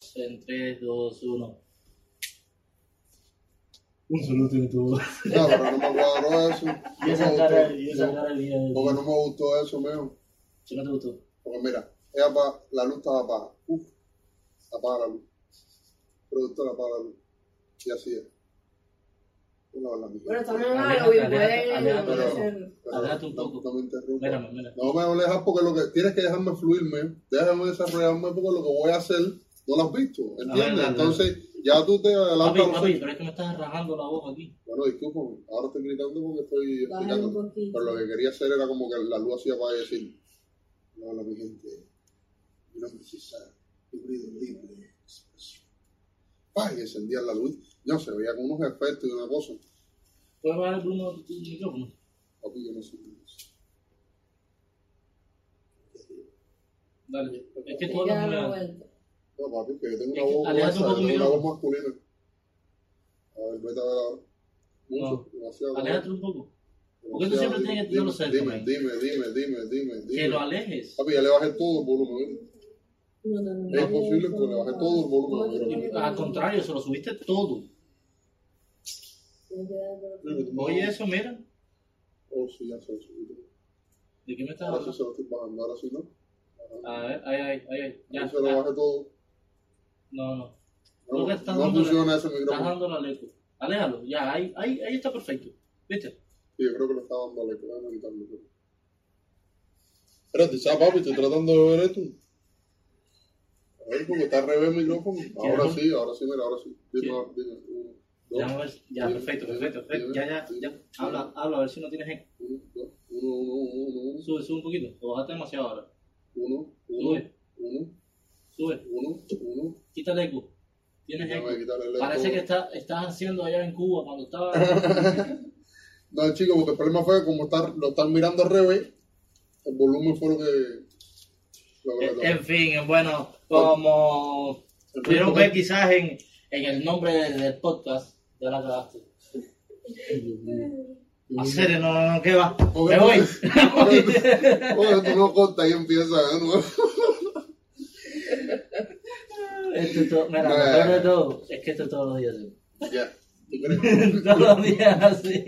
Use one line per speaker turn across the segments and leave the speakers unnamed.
Vamos en 3, 2, 1.
Un solo tiene todo.
No, pero no me cuadró eso.
Y esa
No me
cara,
gustó.
y esa cara mía.
Porque no me gustó eso, mío.
Si no te gustó.
Porque mira, ella pa- la luz estaba apagada. Uf, apaga la luz. Productora apaga la luz. Y así es. Una bala, mi
Bueno,
gente.
estamos en
Aléjate,
algo y
aléjate, aléjate.
pueden.
Pero
adelante un
no-
poco.
No me interrumpa.
Mírame, mira.
No me voy a dejar porque lo que tienes que dejarme fluirme, déjame desarrollarme porque lo que voy a hacer no lo has visto,
A ver,
¿entiendes?
dale.
Entonces ya tú te adelantas. a
Papi,
los
papi,
hechos.
pero es que me estás rajando la boca aquí.
Bueno, discúlpame, ahora estoy gritando porque estoy
Bájale un
explicando.
poquito.
Pero lo que quería hacer era como que la luz hacía para decir, no, no, mi gente, mi nombre es Isaac, híbrido libre de expresión. ¡Pah! Y encendía la luz. No, se veía con unos efectos y una cosa.
¿Puedes bajar el volumen de tu micrófono?
Papi, yo no soy de eso.
Dale. Es que
Hay
tú hablas
que dar
muy
una
alto.
vuelta.
No, papi, que yo tengo
Es que
una voz,
aléjate un
gruesa,
poco el
tengo una
micrófono.
voz masculina. A ver, vete a ver ahora. Mucho, demasiado.
Aléjate un poco. ¿Por qué tú
demasiado.
siempre tienes que- yo no sé,
Dime,
Tomás.
dime, dime, dime, dime, dime.
Que lo alejes.
Papi, ya le bajé todo el volumen. ¿viste?
No, no, no.
Es posible que le bajé todo el volumen,
No,
pero-
no, no, no.
Al contrario, se lo subiste todo.
Tiene que dar una vuelta.
Oye, eso, mira.
Oh, sí, ya se lo subí.
¿De qué me estás
Ahora sí
hablando?
se lo estoy bajando, ahora sí no. Ajá.
A ver, ahí, ahí, ahí, ahí. Ya,
Ahí se lo
ya.
bajé todo.
No, no.
No,
Creo que estás
no
dándole-
funciona ese
Estás
micrófono.
dándole al eco. Aléjalo, ya, ahí, ahí, ahí está perfecto. ¿Viste?
Sí, yo creo que lo está dando la Déjame quitarlo. Espérate, ya papi, estoy tratando de ver esto. A ver, porque está al revés el micrófono. Ahora
¿Quieres?
sí, ahora sí, mira, ahora sí. Dime,
¿Quieres?
ahora, dime. Uno,
Ya,
dos,
ves, ya,
Sí,
perfecto,
sí,
perfecto, perfecto.
sí,
Ya, ya,
sí,
ya.
sí.
Habla, habla, a ver si no tienes eco.
uno, dos, uno, uno, uno, uno,
Sube, sube un poquito. Lo bajaste demasiado ahora.
uno, uno,
Sube,
uno,
sube.
uno, uno.
Quita el eco. Tienes
Déjame
eco.
quitarle el
Parece
eco.
que está, estás haciendo allá en Cuba cuando estaba.
No, chico, porque el problema fue que como estar, lo están mirando al revés, el volumen fue lo que... Lo que
En en fin, bueno, como pudieron ver quizás en, en el nombre del, del podcast, ya la cagaste. ¿A serio? No, no, no, ¿qué va? Me voy.
Bueno, tú no contas y empieza de nuevo.
Esto es todo- mira, lo
Bueno.
peor de todo es que esto es todos los días así.
Ya, ¿tú crees?
todos los días así.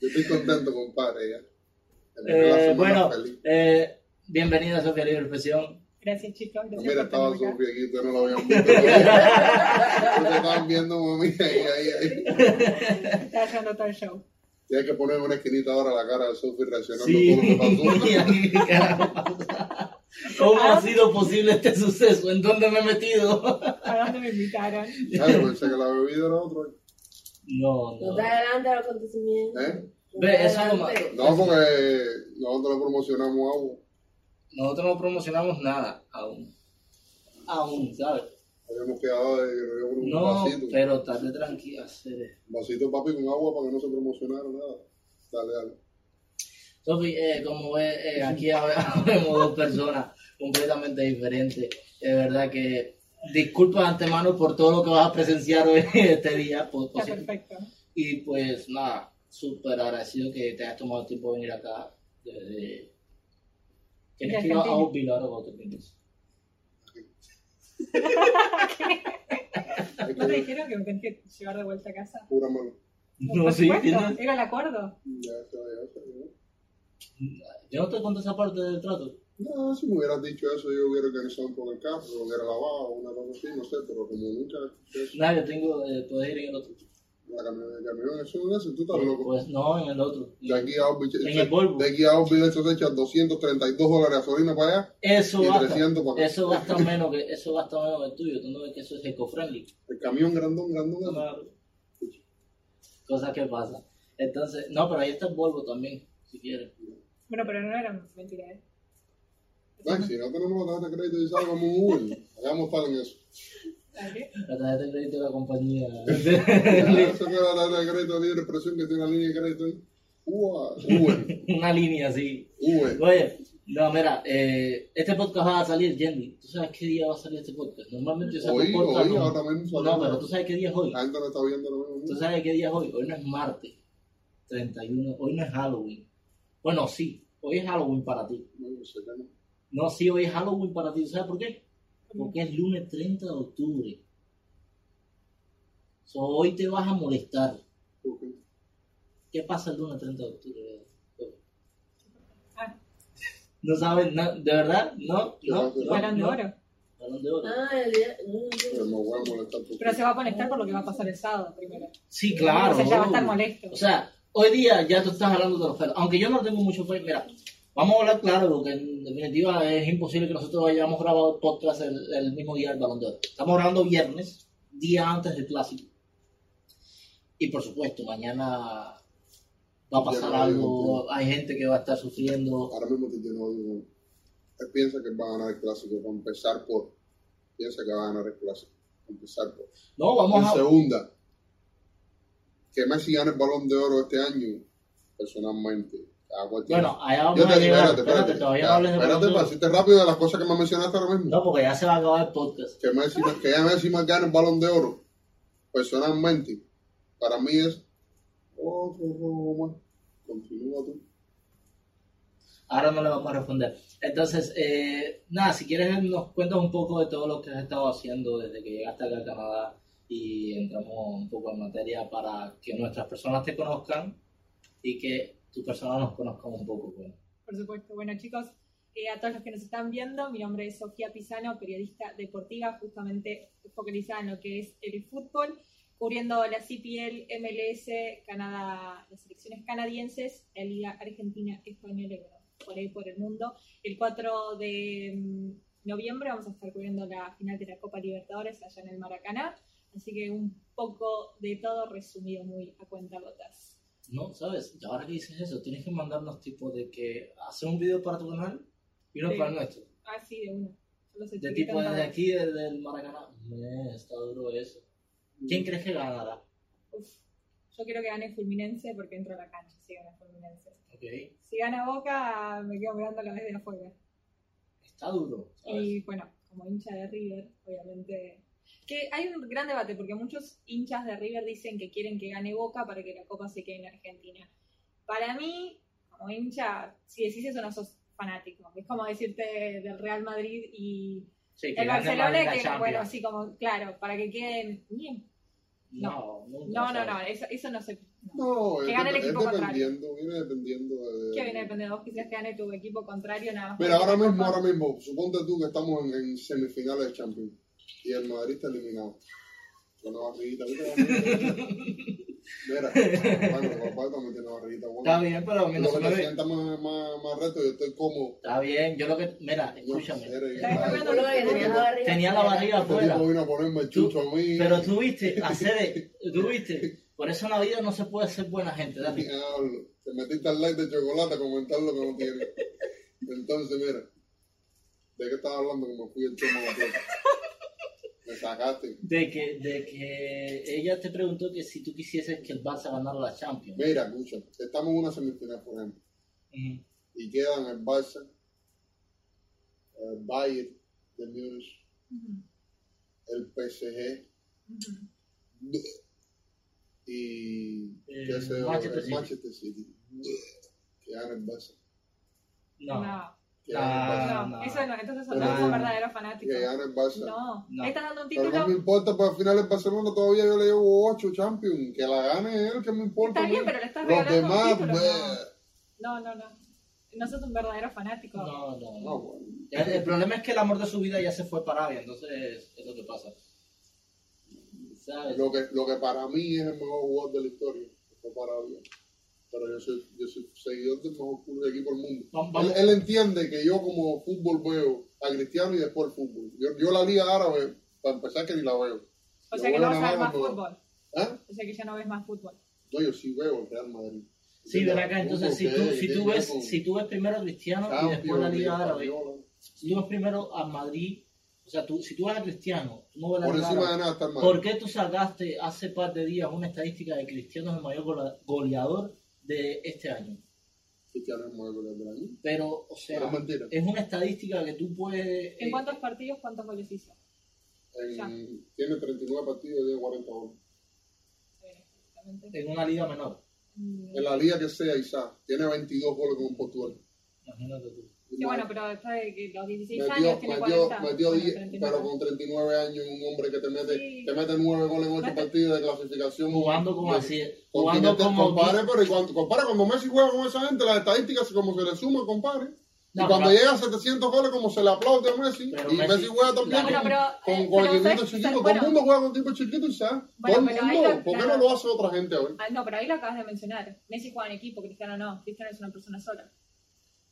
Yo estoy contento, compadre, ya. Terminé la
Eh,
semana
bueno,
feliz.
eh, bienvenida a Sofía Libre Expresión.
Gracias, chicos.
No,
Gracias
mira,
por
estaba
tenerme acá.
Sofía aquí, ustedes no lo habían visto. todavía. Ustedes estaban viendo, mami, ahí, ahí, ahí.
Está dejando todo el show.
Tienes que ponerme una esquinita ahora la cara de Sofía reaccionando
Sí.
a todo lo que pasó.
¿Qué carajo pasa? ¿Cómo ha sido posible este suceso? ¿En dónde me he metido?
¿A dónde me invitaron?
Ay, yo pensé que la bebida era otra.
No,
No
no.
te adelante al acontecimiento.
¿Eh?
No
Ve, eso
te
es lo
adelante.
malo.
No, porque nosotros no promocionamos agua.
Nosotros no promocionamos nada aún. Aún, ¿sabes?
Habíamos quedado de que nos íbamos a
No, eh.
poner un vasito.
pero estate tranquila. Cere.
Vasito, papi, con agua para que no se promocionara nada. Dale, dale.
Sofi, eh, como ves, eh, aquí hab- habemos dos personas completamente diferentes. Es verdad que disculpas de antemano por todo lo que vas a presenciar hoy este día. Por, por
Está
si-
perfecto.
y pues nada, súper agradecido que te hayas tomado el tiempo de venir acá. Desde... Tienes
De
que ir a
Argentina.
Outbill ahora cuando termines.
Hay
¿No te
que
dijeron que me tenías que llevar de vuelta a casa?
pura mano.
Por supuesto,
tienes-
era el acuerdo.
Ya, ya, ya, ya.
Yo no te conté esa parte del trato.
No, si me hubieras dicho eso, yo hubiera organizado un poco el carro, lo hubiera lavado, una cosa así, no sé, pero como nunca escuché eso,
Nada, yo tengo, eh, puedes ir en el otro.
la camión, el camión, eso no es, tú estás loco.
Pues no, en el otro.
De aquí a Outbeach,
En el Volvo.
de aquí a Outbeach, eso se echa 232 dólares de gasolina para allá
Eso
y
gasta,
300 para acá.
eso gasta menos que eso gasta menos que el tuyo. Tú no ves que eso es eco-friendly.
El camión grandón, grandón, grandón.
Cosas que pasan. Entonces, no, pero ahí está el Volvo también, si quieres.
Bueno, pero no era mentira, ¿eh?
Ay, si no tenemos la tarjeta de crédito y sale como un Uber, hagamos tal en eso.
¿A qué?
La tarjeta de crédito de la compañía.
Ya, Eso que era la tarjeta de crédito libre de expresión que tiene la línea de crédito ahí. Ua, Uber,
Una línea así.
Uber.
Oye, no, mira, eh, este podcast va a salir, Jenny. ¿Tú sabes qué día va a salir este podcast? Normalmente yo saco
Hoy,
podcast.
hoy,
no,
ahora mismo
no,
salimos.
pero tú sabes qué día es hoy.
La gente no está viendo lo
¿Tú
mismo.
sabes qué día es hoy? Hoy no es martes 31, hoy no es Halloween. Bueno, sí, hoy es Halloween para ti.
No, no sé, no.
No, sí, hoy es Halloween para ti. ¿Sabes por qué? porque es lunes 30 de octubre. So, hoy te vas a molestar.
Ok.
¿Qué pasa el lunes 30 de octubre?
Ah,
No sabes, no, de verdad, no, no. no,
balón de
no.
oro.
Balón de oro.
Ah, el día. No,
Pero
no,
no voy a molestar porque
Pero se va a conectar por lo que va a pasar el sábado primero.
Sí, claro.
O sea, ya pues, va a estar
obvio.
molesto.
O sea, hoy día ya tú estás hablando de los pelos. Aunque yo no tengo mucho fe, mira, vamos a hablar claro, porque en definitiva es imposible que nosotros hayamos grabado podcast el, el mismo día del Balón de Oro. Estamos grabando viernes, día antes del clásico. Y por supuesto, mañana va a pasar
Ya no hay
algo, hay gente que va a estar sufriendo.
ahora mismo te tiene odio. Él piensa que va a ganar el clásico, para empezar por. Piensa que va a ganar el clásico, para empezar por.
No, vamos
En
a...
segunda, que Messi gane el balón de oro este año, personalmente. cada cual tiene-
Bueno, allá vamos
yo
a
te digo,
llegar.
espérate,
Espérate,
espérate.
todavía no
Ya,
hables de
espérate, pues,
Balón de
para
Oro.
decirte rápido de las cosas que me mencionaste ahora mismo.
No, porque ya se va a acabar el podcast.
Que Messi, que ya Messi más gane el balón de oro, personalmente, para mí es otro robo más. Continúa tú.
Ahora no le vamos a responder. Entonces, eh, nada, si quieres nos cuentas un poco de todo lo que has estado haciendo desde que llegaste acá a Canadá y entramos un poco en materia para que nuestras personas te conozcan y que tu persona nos conozca un poco. pues. bueno.
Por supuesto. Bueno, chicos, eh, a todos los que nos están viendo, mi nombre es Sofía Pisano, periodista deportiva, justamente focalizada en lo que es el fútbol, cubriendo la CPL, MLS, Canadá, las selecciones canadienses, la Liga Argentina, Española y bueno, por ahí por el mundo. El 4 de mm, noviembre vamos a estar cubriendo la final de la Copa Libertadores allá en el Maracaná. Así que un poco de todo resumido muy a cuenta gotas.
No, ¿sabes? Y ahora que dices eso, tienes que mandarnos tipo de que hacer un video para tu canal y uno
Sí.
para el nuestro.
Ah, sí, de una. Yo los
De
etiqueto
tipo
en
desde
todo.
aquí, desde el Maracaná. Me, está duro eso. ¿Quién crees que ganará?
Uf, yo quiero que gane Fulminense porque entro a la cancha si gana Fulminense.
Ok,
Si gana Boca, me quedo mirándola desde afuera.
está duro. ¿sabes?
Y bueno, como hincha de River, obviamente. Que hay un gran debate porque muchos hinchas de River dicen que quieren que gane Boca para que la Copa se quede en Argentina. Para mí, como hincha, si decís eso no sos fanático. Es como decirte del Real Madrid y
Sí, que
el
gane
Barcelona,
Madrid la
que bueno,
Champions.
así como, claro, para que queden bien.
No, nunca,
No, no,
¿sabes?
no, eso, eso no se... no.
No,
Que
es,
gane el
dep- es
equipo contrario.
dependiendo, viene dependiendo de.
Que viene depende de vos, quizás que gane tu equipo contrario nada más.
Mira, ahora mismo, ahora mismo, suponte tú que estamos en, en semifinales de Champions y el Madrid está eliminado. Con la barriguita, ¿viste? la barriguita? Mira, bueno, mi papá también tiene barriguita.
Está
Bueno,
bien, pero mira,
lo que
no
me
me-
sienta más, más, más reto, yo estoy como.
Está bien, yo lo que. Mira,
no,
escúchame.
eres-
Estás cambiando
no, que tenía la barriga.
Tenía la barriga
Este
afuera.
tipo vino a ponerme el
Tú-
chucho a mí.
Pero tú viste, hacer. Tú viste. Por eso en la vida no se puede ser buena gente, Dani.
Diablo, te metiste al like de chocolate a comentar lo que no tiene. Entonces, mira, ¿de qué estaba hablando como fui el chamo de la plaza? Me sacaste.
De que, de que ella te preguntó que si tú quisieses que el Barça ganara la Champions.
Mira, escucha, estamos en una semifinal, por ejemplo,
Ujú.
y quedan el Barça, el Bayern de Múnich, el PSG y qué sé yo, el
Eh, Manchester City.
Manchester City. Que gana el Barça.
No,
No.
no,
Que gana el Barça.
Ah,
no,
no.
eso no, entonces
Pero-
no son verdaderos fanáticos.
Que gana el Barça.
No,
No.
le estás dando un
Pero no
título.
me importa, para finales Barcelona todavía yo le llevo 8 Champions. Que la gane él, que me importa.
Está bien,
a mí.
pero le estás
Los
regalando un
demás, pues,
título.
bleh.
No, no, no. No sos un verdadero fanático.
No, no,
No,
no.
bueno.
Ya- El problema es que el amor de su vida ya se fue para Arabia, entonces es lo que pasa. ¿Sabes?
pues, Lo que, lo que para mí es el mejor jugador de la historia. Fue para bien. Pero yo soy, yo soy seguidor del mejor club de equipo del mundo.
Vamos-
Él,
vamos-
él entiende que yo como fútbol veo a Cristiano y después el fútbol. Yo, yo la liga árabe, para empezar, que ni la veo.
O
Lo
sea que no
vuelven
vas
a
a ver
ver
más
cuando-
fútbol.
¿Ah?
O sea que ya no ves más fútbol.
No, yo sí veo el Real Madrid.
Sí, ven acá, entonces si tú, si tú ves, si tú ves primero a Cristiano y después la Liga Árabe, si tú ves primero a Madrid, o sea, tú, si tú vas a Cristiano, tú no ves la
Por
Liga
encima
Árabe.
de nada está el Madrid.
¿Por qué tú sacaste hace par de días una estadística de Cristiano es el mayor gola- goleador de este año?
Cristiano es el mejor jugador del año.
Pero, o sea,
Pero es mentira.
Eh,
es una estadística que tú puedes...
¿En cuántos partidos cuántos goles hizo?
En-
Ya.
tiene 39 partidos y tiene 40 goles.
Eh, exactamente.
en una liga menor.
Mm,
En la liga que sea, Isaac, tiene 22 goles con Portugal.
Imagínate tú.
Sí, bueno, pero después de que los 16
Metió,
años tiene
metió,
40.
metió
bueno,
10,
39.
pero con 39 años un hombre que te mete,
Sí.
te mete 9 goles en 8 partidos de clasificación.
Jugando como
Con
así, jugando
500,
como...
Compare, pero y cuando, compare cuando Messi juega con esa gente, las estadísticas como se le suman, compare.
No,
y cuando
pero-
llega a 700 goles, como se le aplaude a Messi.
Pero
Y Messi,
Messi-
juega también
Bueno,
con,
pero,
con,
eh,
con
pero
equipitos
¿sabes?
chiquitos. Todo
Bueno.
el mundo juega con tipos chiquitos y ya.
Bueno,
todo el
pero ahí
mundo.
lo-
¿Por qué
claro.
no lo hace otra gente hoy?
Ah, no, pero ahí lo acabas de mencionar. Messi juega en equipo, Cristiano no. Cristiano es una persona sola.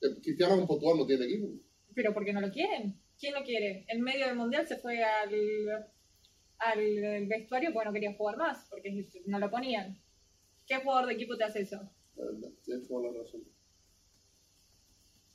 Eh, Cristiano con Portugal no tiene equipo.
Pero porque no lo quieren. ¿Quién lo quiere? En medio del mundial se fue al, al vestuario porque no quería jugar más, porque no lo ponían. ¿Qué jugador de equipo te hace eso?
La verdad, tienes toda la razón.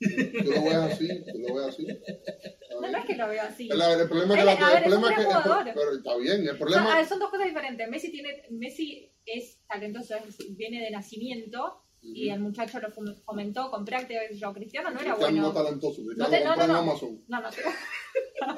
Yo lo veo así, yo lo veo así. Está
No,
bien.
no es que lo veo así.
El, el problema es que
Él-
la-
a
el
ver, es un
problema es que
gran
el pro-
jugador.
pero está bien, el
No,
problema
ah, son dos cosas diferentes. Messi tiene, Messi es talentoso, es- viene de nacimiento y el muchacho lo fom- fomentó con práctica. qué sé yo. Cristiano no era
Cristiano no
bueno.
es talentoso, Cristiano
te-
lo
no,
compra
no,
en
no.
Amazon.
No, no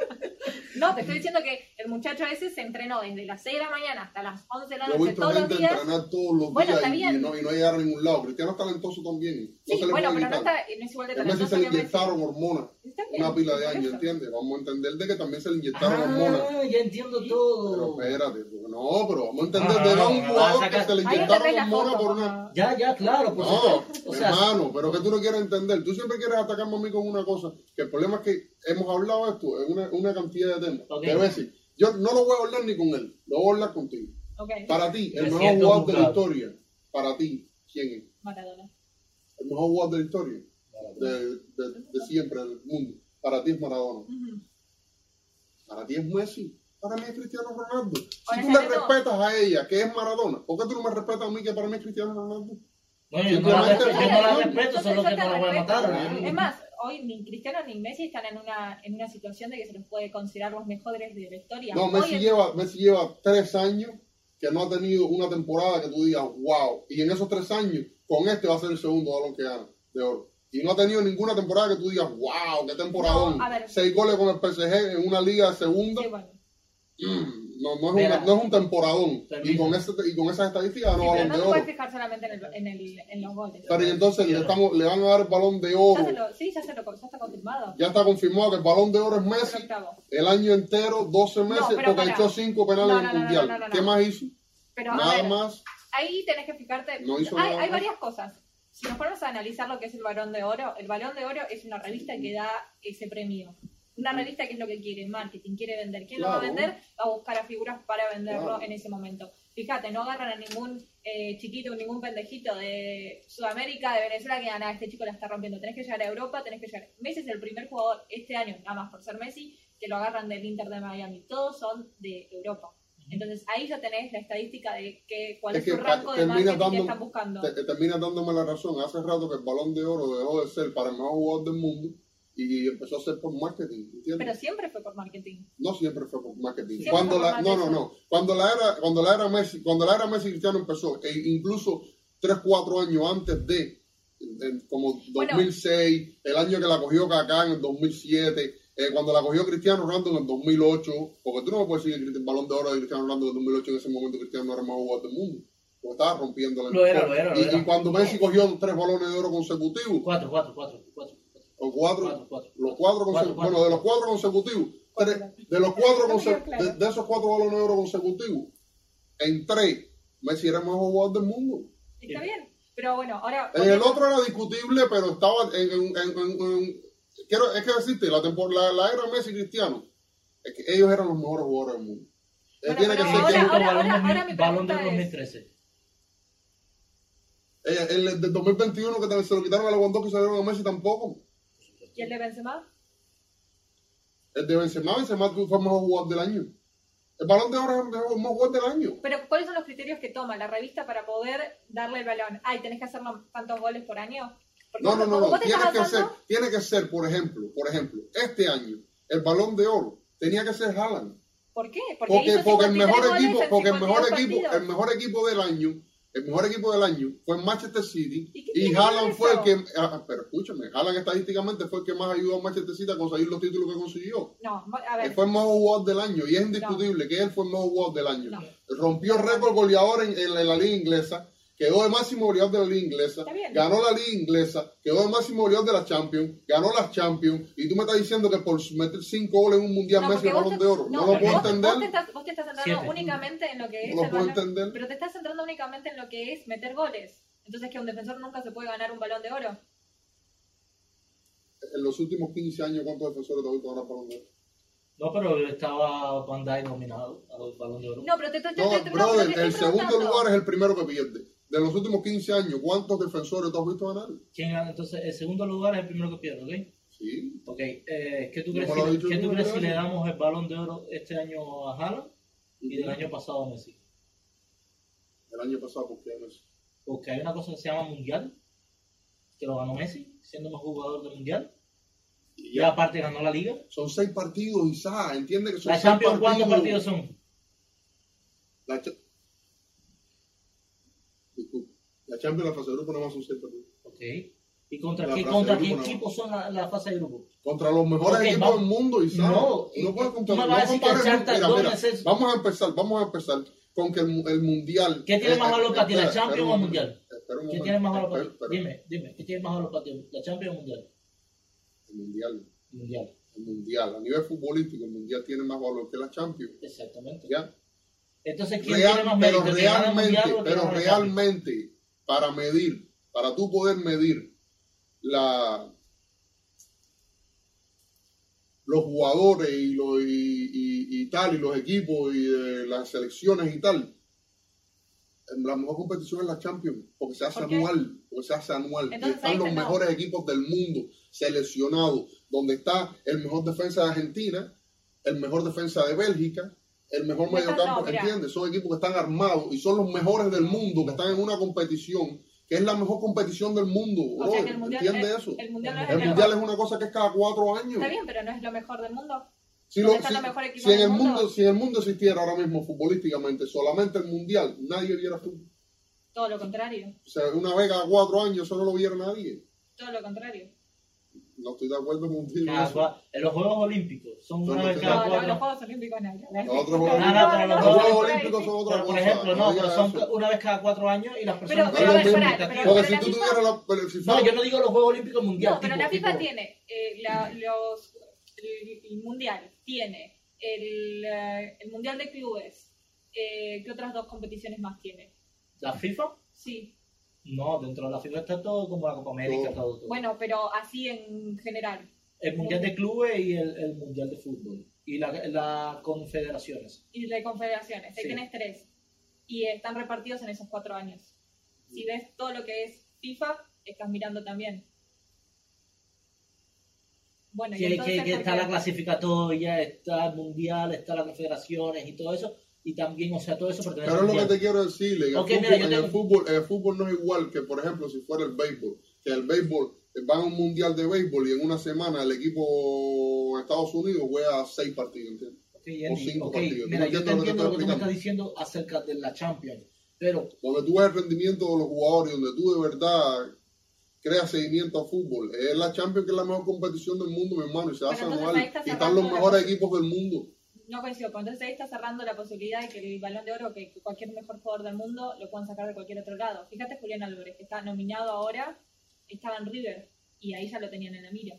te... no, te estoy diciendo que el muchacho ese se entrenó desde las 6 de la mañana hasta las 11 de la
Yo he
noche
visto
todos los
gente
días.
entrenar todos los
Bueno, está
días y- y,
bien.
no, y no llegar a ningún lado. Cristiano es talentoso también. No
Sí,
se le
bueno,
puede
pero no,
quitar.
está, eh, no es igual de
A Messi
talentoso
se le
que Messi.
inyectaron hormonas.
Está bien,
Una pila de
por
años,
eso.
¿entiendes? Vamos a entender de que también se le inyectaron hormonas.
Ah, ya entiendo
Pero
todo.
espérate, porque no, pero vamos a entender
Ah,
de que era un
ah,
jugador que
saca-
se le
Ahí no te
inyectaron
ves la
hormonas
foto,
por
mamá.
una.
Ya, ya,
Ah,
claro, por
No,
pues,
supuesto. O sea,
hermano, pero que tú no quieres entender. Tú siempre quieres atacarme a mí con una cosa. Que el problema es que hemos hablado de esto en una, una cantidad de temas.
Ok.
De veces. Yo no lo voy a hablar ni con él, lo voy a hablar contigo.
Ok,
Para ti,
Me
el mejor
siento
jugador de la
juzgado.
historia. Para ti, ¿quién es?
Maradona.
El mejor jugador de la historia. De, de- de siempre, del mundo. Para ti es Maradona.
Ujú.
Para ti es Messi. Para mí es Cristiano Ronaldo. Si
Ahora
tú le
sale todo.
respetas a ella, que es Maradona, ¿por qué tú no me respetas a mí que para mí es Cristiano Ronaldo?
Bueno, yo no la,
Simplemente-
yo no la
Entonces,
respeto, solo
yo
que
te
no la voy a
respeto.
matar. yo no-
Es más, hoy ni Cristiano ni Messi están en una, en una situación de que se los puede considerar los mejores de la historia.
No,
Hoy
Messi
en-
lleva, Messi lleva tres años que no ha tenido una temporada que tú digas, wow. Y en esos tres años, con este va a ser el segundo balón que gana de oro. Y no ha tenido ninguna temporada que tú digas, wow, qué temporadón.
No, a ver.
Seis goles con el PSG en una liga de segunda.
Sí, bueno.
Mm, No, no, es
Mira.
una- no es un temporadón. Y
Permiso.
con, ese, y con esas estadísticas ganó
Sí, pero
balón
no
de
te
oro.
puedes fijar solamente en, el- en el- en los goles.
Pero y entonces le, estamos, le van a dar el balón de oro.
Ya se lo- sí, ya, se lo, ya está confirmado.
Ya está confirmado que el balón de oro es
Es
Messi
octavo.
el año entero, 12 meses,
pero
porque
pará.
echó cinco penales
No,
en
no,
el
no, no,
mundial.
no, no, no.
¿Qué más hizo?
Pero a
Nada
ver,
más.
ahí tenés que fijarte.
No hizo
hay,
nada
hay
más.
varias cosas. Si nos ponemos a analizar lo que es el Balón de Oro, el Balón de Oro es una revista que da ese premio. Una revista que es lo que quiere, marketing, quiere vender. ¿Quién lo va a
Claro.
vender? Va a buscar a figuras para venderlo
Claro.
en ese momento. Fíjate, no agarran a ningún eh, chiquito, ningún pendejito de Sudamérica, de Venezuela, que gana, este chico la está rompiendo. Tenés que llegar a Europa, tenés que llegar. Messi es el primer jugador este año, nada más por ser Messi, que lo agarran del Inter de Miami. Todos son de Europa. Entonces ahí ya tenés la estadística de que, cuál
Es
es,
que
su rango de
terminas
marketing que
dando-
están buscando.
te- te termina dándome la razón. Hace rato que el balón de oro dejó de ser para el mejor jugador del mundo y empezó a ser por marketing, ¿entiendes?
Pero siempre fue por marketing.
no siempre fue por marketing.
Siempre
Cuando
fue
la,
por
no, no,
marketing.
no. Cuando la era, cuando la era Messi, cuando la era Messi Cristiano empezó, e incluso 3, 4 años antes de, en- como
Bueno.
2006, el año que la cogió Kaká en el 2007, eh, cuando la cogió Cristiano Ronaldo en el 2008, porque tú no me puedes decir que el balón de oro de Cristiano Ronaldo en el 2008 en ese momento Cristiano no era el mejor jugador del mundo. Porque estaba rompiendo la
Lo era, lo era, lo
y,
era.
y cuando Messi cogió tres balones de oro consecutivos,
Cuatro, cuatro, cuatro, cuatro.
o cuatro,
Cuatro, cuatro.
los cuatro,
Cuatro,
consecu-
cuatro.
bueno, de los cuatro consecutivos, tres- de los cuatro
No me quedó
conse-
claro.
de, de esos cuatro balones de oro consecutivos, en tres, Messi era el mejor jugador del mundo.
Está bien. Pero bueno, ahora.
En el otro era discutible, pero estaba en, en- en- en- en- quiero, es que decirte, la, tempor- la, la era Messi Cristiano, es que ellos eran los mejores jugadores del mundo. Él
Bueno,
tiene que
pero
ser
ahora-
quien-
ahora- ahora mi
balón del
pregunta es-
2013.
eh, el del 2021 que se lo quitaron a Lewandowski y se lo dieron a Messi tampoco.
¿Y el de Benzema?
El de Benzema, Benzema fue el mejor jugador del año. El balón de oro es el mejor jugador del año.
Pero ¿cuáles son los criterios que toma la revista para poder darle el balón? Ay, ¿tenés que hacer tantos goles por año? Porque
No,
vos-
no, no,
como
no.
vos te
Tiene
estás
que ser,
basando-
tiene que ser, por ejemplo, por ejemplo, este año, el balón de oro tenía que ser Haaland.
¿Por qué?
Porque,
hizo
porque el
53
mejor
goles
equipo,
en
porque el mejor
52
equipo, el
partidos.
mejor equipo del año, el mejor equipo del año fue Manchester City
¿Y qué
y,
tiene que
Haaland
ver
fue el
eso?
que, ah, pero escúchame, Haaland estadísticamente fue el que más ayudó a Manchester City a conseguir los títulos que consiguió.
No, a
Él
ver.
fue el mejor jugador del año y es indiscutible que él fue el mejor jugador del año.
No.
Rompió récord goleador en, en la- en la liga inglesa. quedó de máximo goleador de la liga inglesa,
Está bien.
ganó la liga inglesa, quedó de máximo goleador de la Champions, ganó la Champions, y tú me estás diciendo que por meter cinco goles en un mundial
No,
Messi
porque
el
vos
balón
te-
de oro.
no,
No, lo
porque
puedo
vos- Vos te
entender,
estás, vos te estás centrando
Siete.
únicamente en lo que es.
no
el
lo puedo
balón-
entender.
Pero te estás centrando únicamente en lo que es meter goles. Entonces, que un defensor nunca se puede ganar un balón de oro.
En los últimos 15 años, ¿cuántos defensores te han visto ganar el balón de oro?
No, pero estaba Van Dijk nominado al Balón de Oro.
No, pero te, te, te,
No,
te- te- no,
brother,
te estoy
el segundo
preguntando.
lugar es el primero que pierde. De los últimos 15 años, ¿cuántos defensores te has visto ganar?
¿Quién gana? Entonces, el segundo lugar es el primero que pierde, ¿ok?
Sí.
Ok, eh, ¿qué tú
No
crees,
me lo ha
si,
dicho
¿qué tú
ninguno,
crees si
¿verdad?
le damos el Balón de Oro este año a Haaland y del
Ujú.
año pasado a Messi?
El año pasado, porque ya no es.
Porque hay una cosa que se llama Mundial, que lo ganó Messi, siendo más jugador del Mundial. Y aparte ganó la Liga.
Son seis partidos, Isaac. Entiende que son
¿La
seis
Champions
partidos.
cuántos partidos son?
La, cha... Disculpe. la Champions, la fase de grupo, nada más son seis partidos.
Ok. ¿Y contra
La
qué,
fase
contra
de
qué
grupo, no.
equipos son la, la fase de grupo?
Contra los mejores
Ok,
equipos
vamos.
del mundo, Isaac.
No,
No,
y-
puedes
tú
comparar.
me vas a decir que el
compares
Shakhtar
mira,
Donetsk
mira,
es-
Vamos a empezar, vamos a empezar con que el, mu- el Mundial...
¿Qué tiene
eh,
más
eh,
valor para ti, la
espera,
Champions
espera
o el
un
Mundial?
momento, espera un
¿Qué
momento,
tiene más valor para ti?
espera, espera.
Dime, dime, ¿qué tiene más valor para ti? ¿La Champions o Mundial?
El Mundial,
Mundial,
el Mundial. A nivel futbolístico, el Mundial tiene más valor que la Champions.
exactamente.
¿Ya?
Entonces, ¿quién
Real-
tiene más
pero
mérito? ¿El que gana el
realmente,
Mundial o el que
pero
gana la Champions?
realmente, para medir, para tú poder medir la los jugadores y, lo, y, y- y tal, y los equipos y eh, las selecciones y tal, la mejor competición es la Champions, porque se hace
¿Por qué?
anual, porque se hace anual, y
Entonces, ahí
están los
está, no.
mejores equipos del mundo seleccionados, donde está el mejor defensa de Argentina, el mejor defensa de Bélgica, el mejor
Mira,
mediocampo,
no, mira.
¿entiendes? Son equipos que están armados y son los mejores del mundo, que están en una competición que es la mejor competición del mundo,
O sea, que
brother,
el mundial,
¿entiendes
es-
eso?
el mundial no es
El
el
mundial es
mejor.
una cosa que es cada cuatro años.
Está bien, pero no es lo mejor del mundo.
Si,
¿Dónde
lo-
están
si-
los mejores equipos
si en
del
el mundo?
mundo?
si en el mundo existiera ahora mismo futbolísticamente solamente el mundial, nadie viera fútbol.
Todo lo contrario.
O sea, una vez cada cuatro años solo lo viera nadie.
Todo lo contrario.
No estoy de acuerdo contigo. en
Cada
eso.
cua- en los Juegos Olímpicos son
No,
una
no
vez
sé.
cada
No, no, los
cuatro.
Juegos Olímpicos no.
Los otros
No,
Juegos
no,
Olímpicos- los
Los
no, no,
Juegos
Juegos Olímpicos son
no, no, no, no,
otra
Pero, por
cosa.
ejemplo, no,
digas
pero son
eso.
una vez cada cuatro años y las
Pero-
personas.
No es lo
a ver,
mismo.
pará, pero-
Porque
pero
si
la
tú
FIFA-
tuvieras la. pero si fuera-
no, yo no digo los Juegos Olímpicos mundial.
No, pero
tipo-
la FIFA
tipo-
tiene eh, la- los, el, el mundial, tiene el, eh, el mundial de clubes. Eh, ¿Qué otras dos competiciones más tiene?
¿La FIFA?
Sí,
No, dentro de la FIFA está todo como la Copa América,
No.
todo, todo.
bueno, pero así en general.
el Mundial de Clubes y el, el Mundial de Fútbol. Y la- las confederaciones.
Y de confederaciones, ahí
Sí.
tenés tres. Y están repartidos en esos cuatro años. Si ves todo lo que es FIFA, estás mirando también. Bueno, y
que, que-
entonces,
que
¿por
está
qué?
la clasificatoria, está el mundial, está las confederaciones y todo eso, y también, o sea, todo eso pertenece
Pero
al
es lo que
mundial.
te quiero decir, en,
Ok,
el,
mira,
fútbol,
yo
en
tengo-
el fútbol, en el fútbol no es igual que, por ejemplo, si fuera el béisbol, que el béisbol eh, va a un mundial de béisbol y en una semana el equipo de Estados Unidos juega seis partidos, ¿entiendes?
Ok, Andy,
cinco
ok,
partidos.
Mira,
No
yo te
entiendo lo
entiendo
que estoy
lo que tú me
explicando.
estás diciendo acerca de la Champions, pero
Donde tú ves el rendimiento de los jugadores, donde tú de verdad creas seguimiento al fútbol. Es la Champions que es la mejor competición del mundo, mi hermano, y se
Pero
hace
entonces
anual.
ahí está
y están
cerrando
los
la
mejores
cosa.
equipos del mundo.
No coincido, con- entonces ahí está cerrando la posibilidad de que el balón de oro, que cualquier mejor jugador del mundo, lo puedan sacar de cualquier otro lado. Fíjate Julián Álvarez, que está nominado ahora, estaba en River, y ahí ya lo tenían en la mira.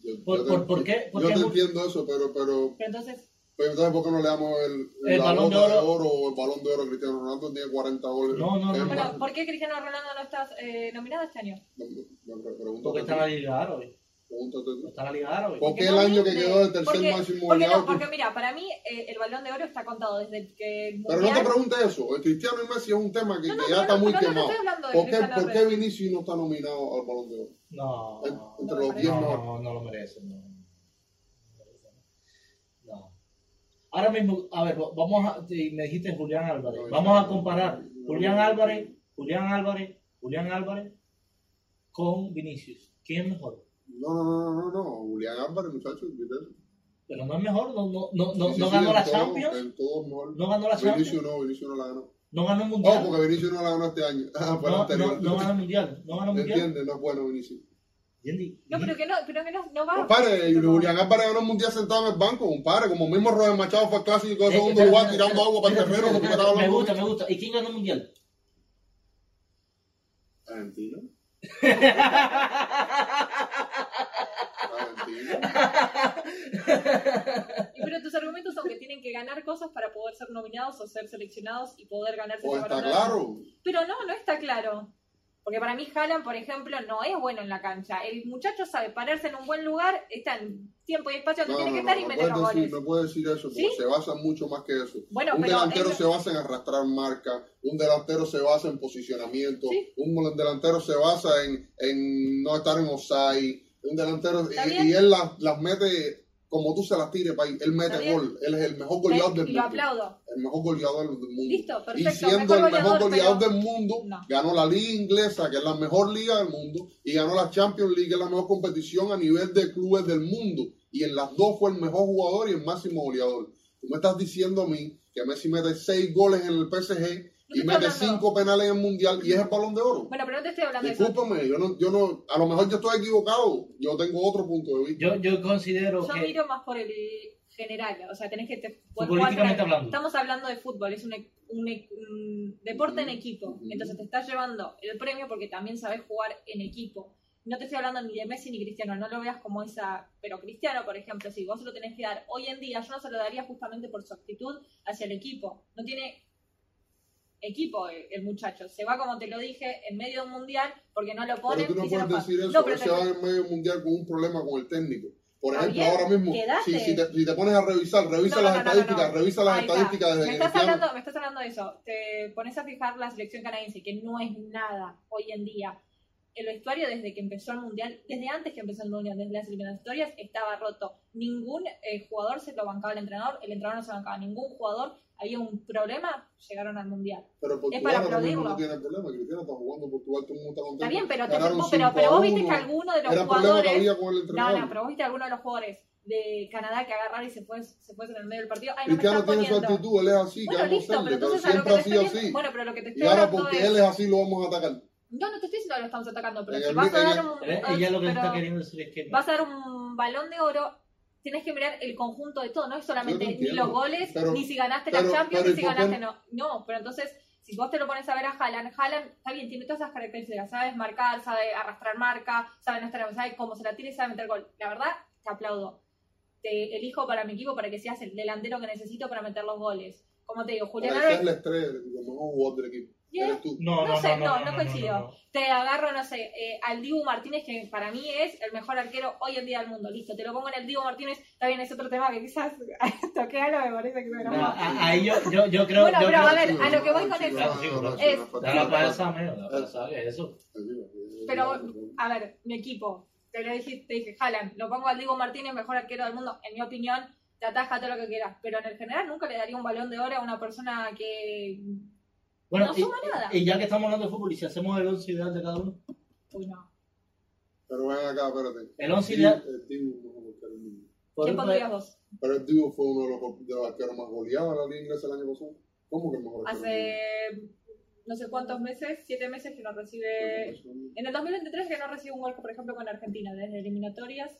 Yo, yo
¿por,
te-
por, por qué? ¿Por
yo
qué
te
mu-
entiendo eso, pero, pero,
Pero entonces,
pero Pues entonces, ¿por qué no le damos el,
El
la
balón de
bota
oro.
o el balón de oro a Cristiano Ronaldo? Tiene 40 goles.
No, no,
Es
no,
más,
bueno, ¿por qué Cristiano Ronaldo no está eh, nominado este año?
Me- me- me pregunto
porque está
a
en la
ti,
Liga Árabe,
pregúntate tú.
está en la Liga Árabe.
¿Por qué
Porque
el
no
año que
rinde.
quedó el tercer
Porque-
máximo
porque
goleador?
no, porque mira, para mí eh, el balón de oro está contado desde que el
Pero no te preguntes eso. El Cristiano y Messi es un tema que,
No, no,
que
no,
ya
no,
está muy
no, no, no
quemado.
estoy hablando de
¿Por qué,
Cristiano
¿Por qué
Ronaldo.
Vinicius no está nominado al Balón de Oro?
No,
En-
no,
entre
no,
los 10
no,
mejores.
no, no lo merece. No, no. Ahora mismo, a ver, vamos a, y me dijiste Julián Álvarez. Vamos a comparar Julián Álvarez, Julián Álvarez, Julián Álvarez con Vinicius. ¿Quién es mejor?
No, no, no, no, no, no. Julián Álvarez, muchachos.
Pero no es mejor, no, no, no, no, no ganó la Champions,
En todo es mejor.
no ganó la
Vinicius
Champions,
no, Vinicius no la ganó.
no ganó el
Oh,
Mundial,
porque Vinicius no la ganó este año. Ah, pero
no, no,
anterior.
no ganó el Mundial, no ganó el Mundial.
¿Entiendes? No es bueno Vinicius.
¿Entiendes?
No, pero que no, pero que no, no va.
Compadre, Julián Álvarez ganó un mundial sentado en el banco, compadre. Como mismo Robert Machado fue al clásico de segundo lugar tirando agua para el terreno. lo que estaba
Me
hablando
gusta, me gusta. ¿Y quién ganó el Mundial?
Valentino. Valentino.
Y pero tus argumentos son que tienen que ganar cosas para poder ser nominados o ser seleccionados y poder ganarse
O
ese
Oh, está
galardón.
claro.
Pero no, no está claro. Porque para mí Haaland, por ejemplo, no es bueno en la cancha. El muchacho sabe pararse en un buen lugar, está en tiempo y espacio donde
No, no,
tiene
no,
que estar y
no,
meter los
puedes decir,
goles.
no puedes decir eso, porque
¿Sí?
se basa mucho más que eso.
Bueno,
un
pero
delantero
eso-
se basa en arrastrar marca, un delantero se basa en posicionamiento,
Sí.
un delantero se basa en, en no estar en offside, un delantero,
Está
y,
bien.
y él las, las mete como tú se las tires, pa' ahí. él
Está
mete
bien.
gol, él es el mejor goleador del
Y lo
mundo.
aplaudo.
El mejor goleador del mundo.
Listo, perfecto,
y siendo
mejor
el mejor
goleador,
goleador
pero-
del mundo,
No.
ganó la liga inglesa, que es la mejor liga del mundo, y ganó la Champions League, que es la mejor competición a nivel de clubes del mundo. Y en las dos fue el mejor jugador y el máximo goleador. Tú me estás diciendo a mí que Messi mete seis goles en el PSG y
estoy
mete
hablando.
cinco penales en el Mundial y es el balón de oro.
Bueno, pero no te estoy hablando de eso.
Discúlpame, yo no, yo no, a lo mejor yo estoy equivocado, yo tengo otro punto de vista.
Yo, yo considero
Yo
que.
miro más por el general, o sea, tenés que te- poder jugar
Futbolísticamente
para-
hablando.
Estamos hablando de fútbol, es un, e- un e- un deporte en
Ujú,
equipo,
ujú.
entonces te estás llevando el premio porque también sabes jugar en equipo. No te estoy hablando ni de Messi ni Cristiano, no lo veas como esa, pero Cristiano, por ejemplo, si vos se lo tenés que dar hoy en día, yo no se lo daría justamente por su actitud hacia el equipo. No tiene equipo el, el muchacho, se va como te lo dije en medio de un mundial porque no lo
Pero
ponen.
tú no
y se
puedes
lo pasan.
decir eso,
No, pero
él
te-
se va en medio mundial con un problema con el técnico. Por
Está
ejemplo,
bien,
ahora mismo,
quédate.
si, si te, si te pones a revisar, revisa
No, no,
las
no, no, no.
estadísticas, revisa las
Ahí está.
estadísticas desde
me
que
estás, hablando, me estás hablando de eso. Te pones a fijar la selección canadiense, que no es nada hoy en día. El vestuario desde que empezó el mundial, desde antes que empezó el mundial, desde las eliminatorias, estaba roto. Ningún eh, jugador se lo bancaba al entrenador, el entrenador no se bancaba a ningún jugador. Había un problema, llegaron al mundial.
Pero Portugal
para
ahora mismo no
aplaudirlo.
tiene problema, Cristiano está jugando, Portugal todo el mundo está contento.
Está bien, pero, te-
Ganaron
pero,
5 a
pero vos viste
1.
que alguno de los
Era el problema que
jugadores.
había con el entrenador.
No, no, pero vos viste alguno de los jugadores de Canadá que agarraron y se fue, se fue en el medio del partido. Ay, no me
Cristiano
están
tiene su
poniendo.
actitud, él es así,
Bueno,
queremos
listo, pero
serle,
entonces a lo
siempre
que
ha
te
sido
estoy...
así.
Bueno, pero lo que te
Y
estoy
ahora
hablando
porque
es...
él es así lo vamos a atacar.
No, no te estoy diciendo que lo estamos atacando, pero
En
si
el
vas a
meeting-
dar un... ah,
Eh, Ella lo que
pero
está queriendo decir es que.
Vas a dar un balón de oro, tienes que mirar el conjunto de todo, no es solamente
Yo te
ni
entiendo,
los goles,
pero-
ni si ganaste
pero-
la Champions,
pero ¿y
ni si
por qué
ganaste no. No, pero entonces... Si vos te lo pones a ver a Haaland, Haaland está bien, tiene todas esas características, sabe marcar, sabe arrastrar marca, sabe no estar, sabe cómo se la tira y sabe meter gol. La verdad, te aplaudo. Te elijo para mi equipo para que seas el delantero que necesito para meter los goles. Como te digo, Julián
Para que
Álvarez
seas la estrella, el mejor jugador del equipo.
Bien.
Eres tú.
No,
no
no,
sé,
no,
no,
no,
no
no, no,
coincido.
no.
te agarro, no sé, eh, al Dibu Martínez, que para mí es el mejor arquero hoy en día del mundo. Listo, te lo pongo en el Dibu Martínez, también es otro tema que quizás toqué algo, me parece que me
No,
lo
a- a- ahí yo, yo, yo creo.
Bueno,
yo
pero
creo-
a ver, a lo que voy con
Sí,
eso
va, va, va,
es-
va, va,
Da
va,
la
va,
pasa, menos, da la pasa, ¿qué es eso?
Pero, a ver, mi equipo, te lo dije, te dije, Haaland, lo pongo al Dibu Martínez, mejor arquero del mundo, en mi opinión, te ataja todo lo que quieras, pero en el general nunca le daría un balón de oro a una persona que
Bueno,
no
y,
suma nada.
y ya que estamos hablando de fútbol, y si hacemos el once ideal de cada uno.
Uy, no.
Pero ven acá, espérate.
El once
Sí,
ideal.
el Dibu, no, porque era un-
Por
¿Quién
un-
pondrías vos?
Pero el Dibu fue uno de los, go- de los arqueros más goleados de la liga inglesa el año pasado. ¿Cómo que el mejor arquero del
Hace no sé cuántos meses, siete meses que no recibe
mundo?
En el 2023 que no recibe un gol, por ejemplo, con Argentina, desde eliminatorias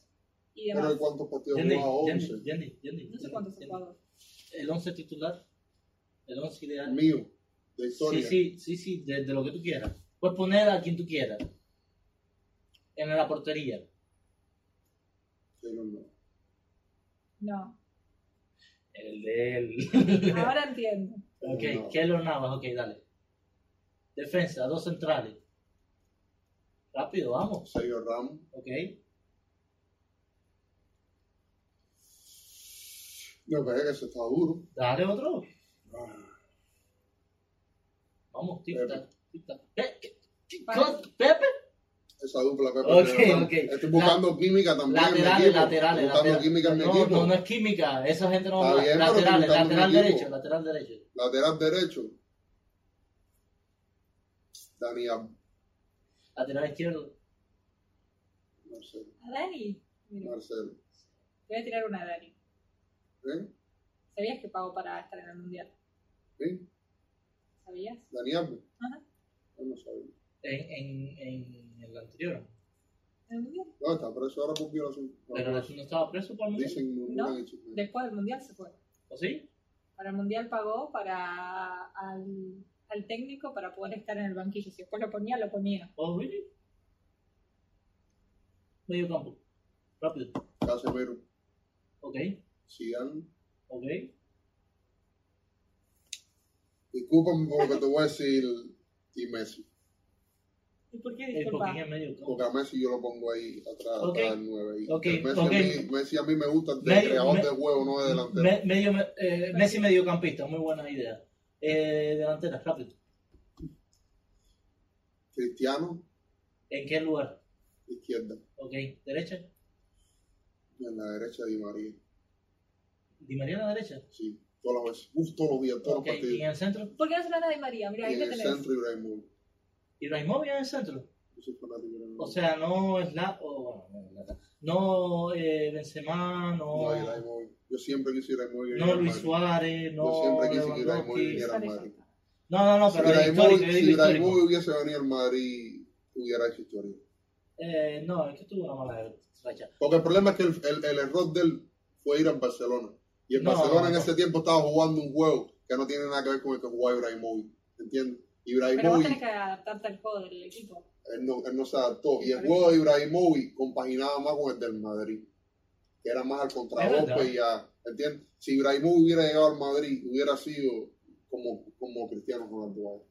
y demás.
Pero ¿cuántos partidos
Yendi,
jugaba?
Yendi,
11.
Yendi, Yendi,
No sé
Yendi,
cuántos se
Yendi.
jugador.
El once titular. El once ideal.
Mío, de
Sí,
historia.
sí, sí, sí, de, de lo que tú quieras. Puedes poner a quien tú quieras. En la portería.
Pero no.
No,
El del.
ahora entiendo.
Pero
Ok,
no.
Keylor Navas, ok, dale. Defensa, dos centrales. Rápido, vamos.
Sergio Ramos.
Ok.
No, pero es que eso está duro.
Dale otro.
Ah,
Vamos, tic-tac,
Pepe.
tic-tac. Pe- ¿qué- qué-
Para.
qué- Pepe.
Esa dupla, Pepe.
Ok,
Sergio Ramos.
ok.
Estoy buscando química también. en mi
Laterales,
equipo.
laterales.
Estoy buscando
lateral-
química en mi
no,
equipo.
no, no es química. Esa gente no
Está
va.
bien, pero
Laterales,
tú estás en mi
lateral
equipo.
derecho, lateral derecho.
Lateral derecho. Dani Alves.
Lateral izquierdo.
Marcelo.
¿A Dani? Mira,
Marcelo.
te voy a tirar una a Dani.
¿Eh?
¿Sabías que pagó para estar en el mundial?
¿Eh?
¿Sabías?
Dani Alves.
Ajá.
Yo No sabía.
En, en, en el anterior.
¿En el mundial?
No, está preso ahora por violación. No,
Pero
no.
no estaba preso por el momento.
Dicen, murmuran y chismean.
Después del mundial se fue.
¿O sí?
Para el mundial pagó para al al técnico para poder estar en el banquillo. Si después lo ponía, lo ponía.
Oh, really? Medio campo. Rápido.
Casemiro,
Ok,
Zidane.
ok.
Discúlpame por lo que te voy a decir y Messi.
¿Y por qué
Eh, porque
disculpa?
es en medio campo.
Porque a Messi yo lo pongo ahí atrás,
Ok.
atrás del 9. Y
Ok, ok.
Messi, A mí, Messi a mí me gusta de
Medio-
creador
me-
de huevo, no de delantero.
Me- medio, eh, Messi mediocampista, muy buena idea. Eh, delantera, rápido.
Cristiano,
¿En qué lugar?
izquierda.
Ok, derecha.
Y en la derecha Di María.
Di María en la derecha.
Sí, todas las veces. Uf, todos los días, todos
Ok,
los
y
partidos.
en el centro.
¿Por qué no se habla de María? Mira,
Y
ahí
en
lo
el
tenés.
centro Ibrahimovic.
¿Y Raimovic en el centro?
Yo soy fanático de Ibrahimovic.
O sea, no es la. O, bueno, no, es la- no eh, Benzema,
no,
no.
Ibrahimovic. Yo siempre quise Ibrahimovic.
No Luis Suárez, no.
Yo siempre quise que Ibrahimovic
Lewandowski.
viniera.
Sale
Mario.
ya está.
No, no, no,
Si
pero es histórico,
Ibrahimovic
yo
si
digo histórico.
Ibrahimovic hubiese venido al Madrid, hubiera hecho historia.
Eh, no, es que tuvo una mala racha.
Porque el problema es que el, el- el error de él fue ir al Barcelona. Y el
No,
Barcelona en
no.
ese tiempo estaba jugando un juego que no tiene nada que ver con el que jugaba Ibrahimovic. ¿Entiendes?
Pero vos tenés
Ibrahimovic,
que adaptarte al juego del equipo.
él no, él no se adaptó. Y el
Parece.
juego de Ibrahimovic compaginaba más con el del Madrid. Que era más al contragolpe
verdad.
y a... ¿Entiendes? Si Ibrahimovic hubiera llegado al Madrid, hubiera sido como, como Cristiano Ronaldo.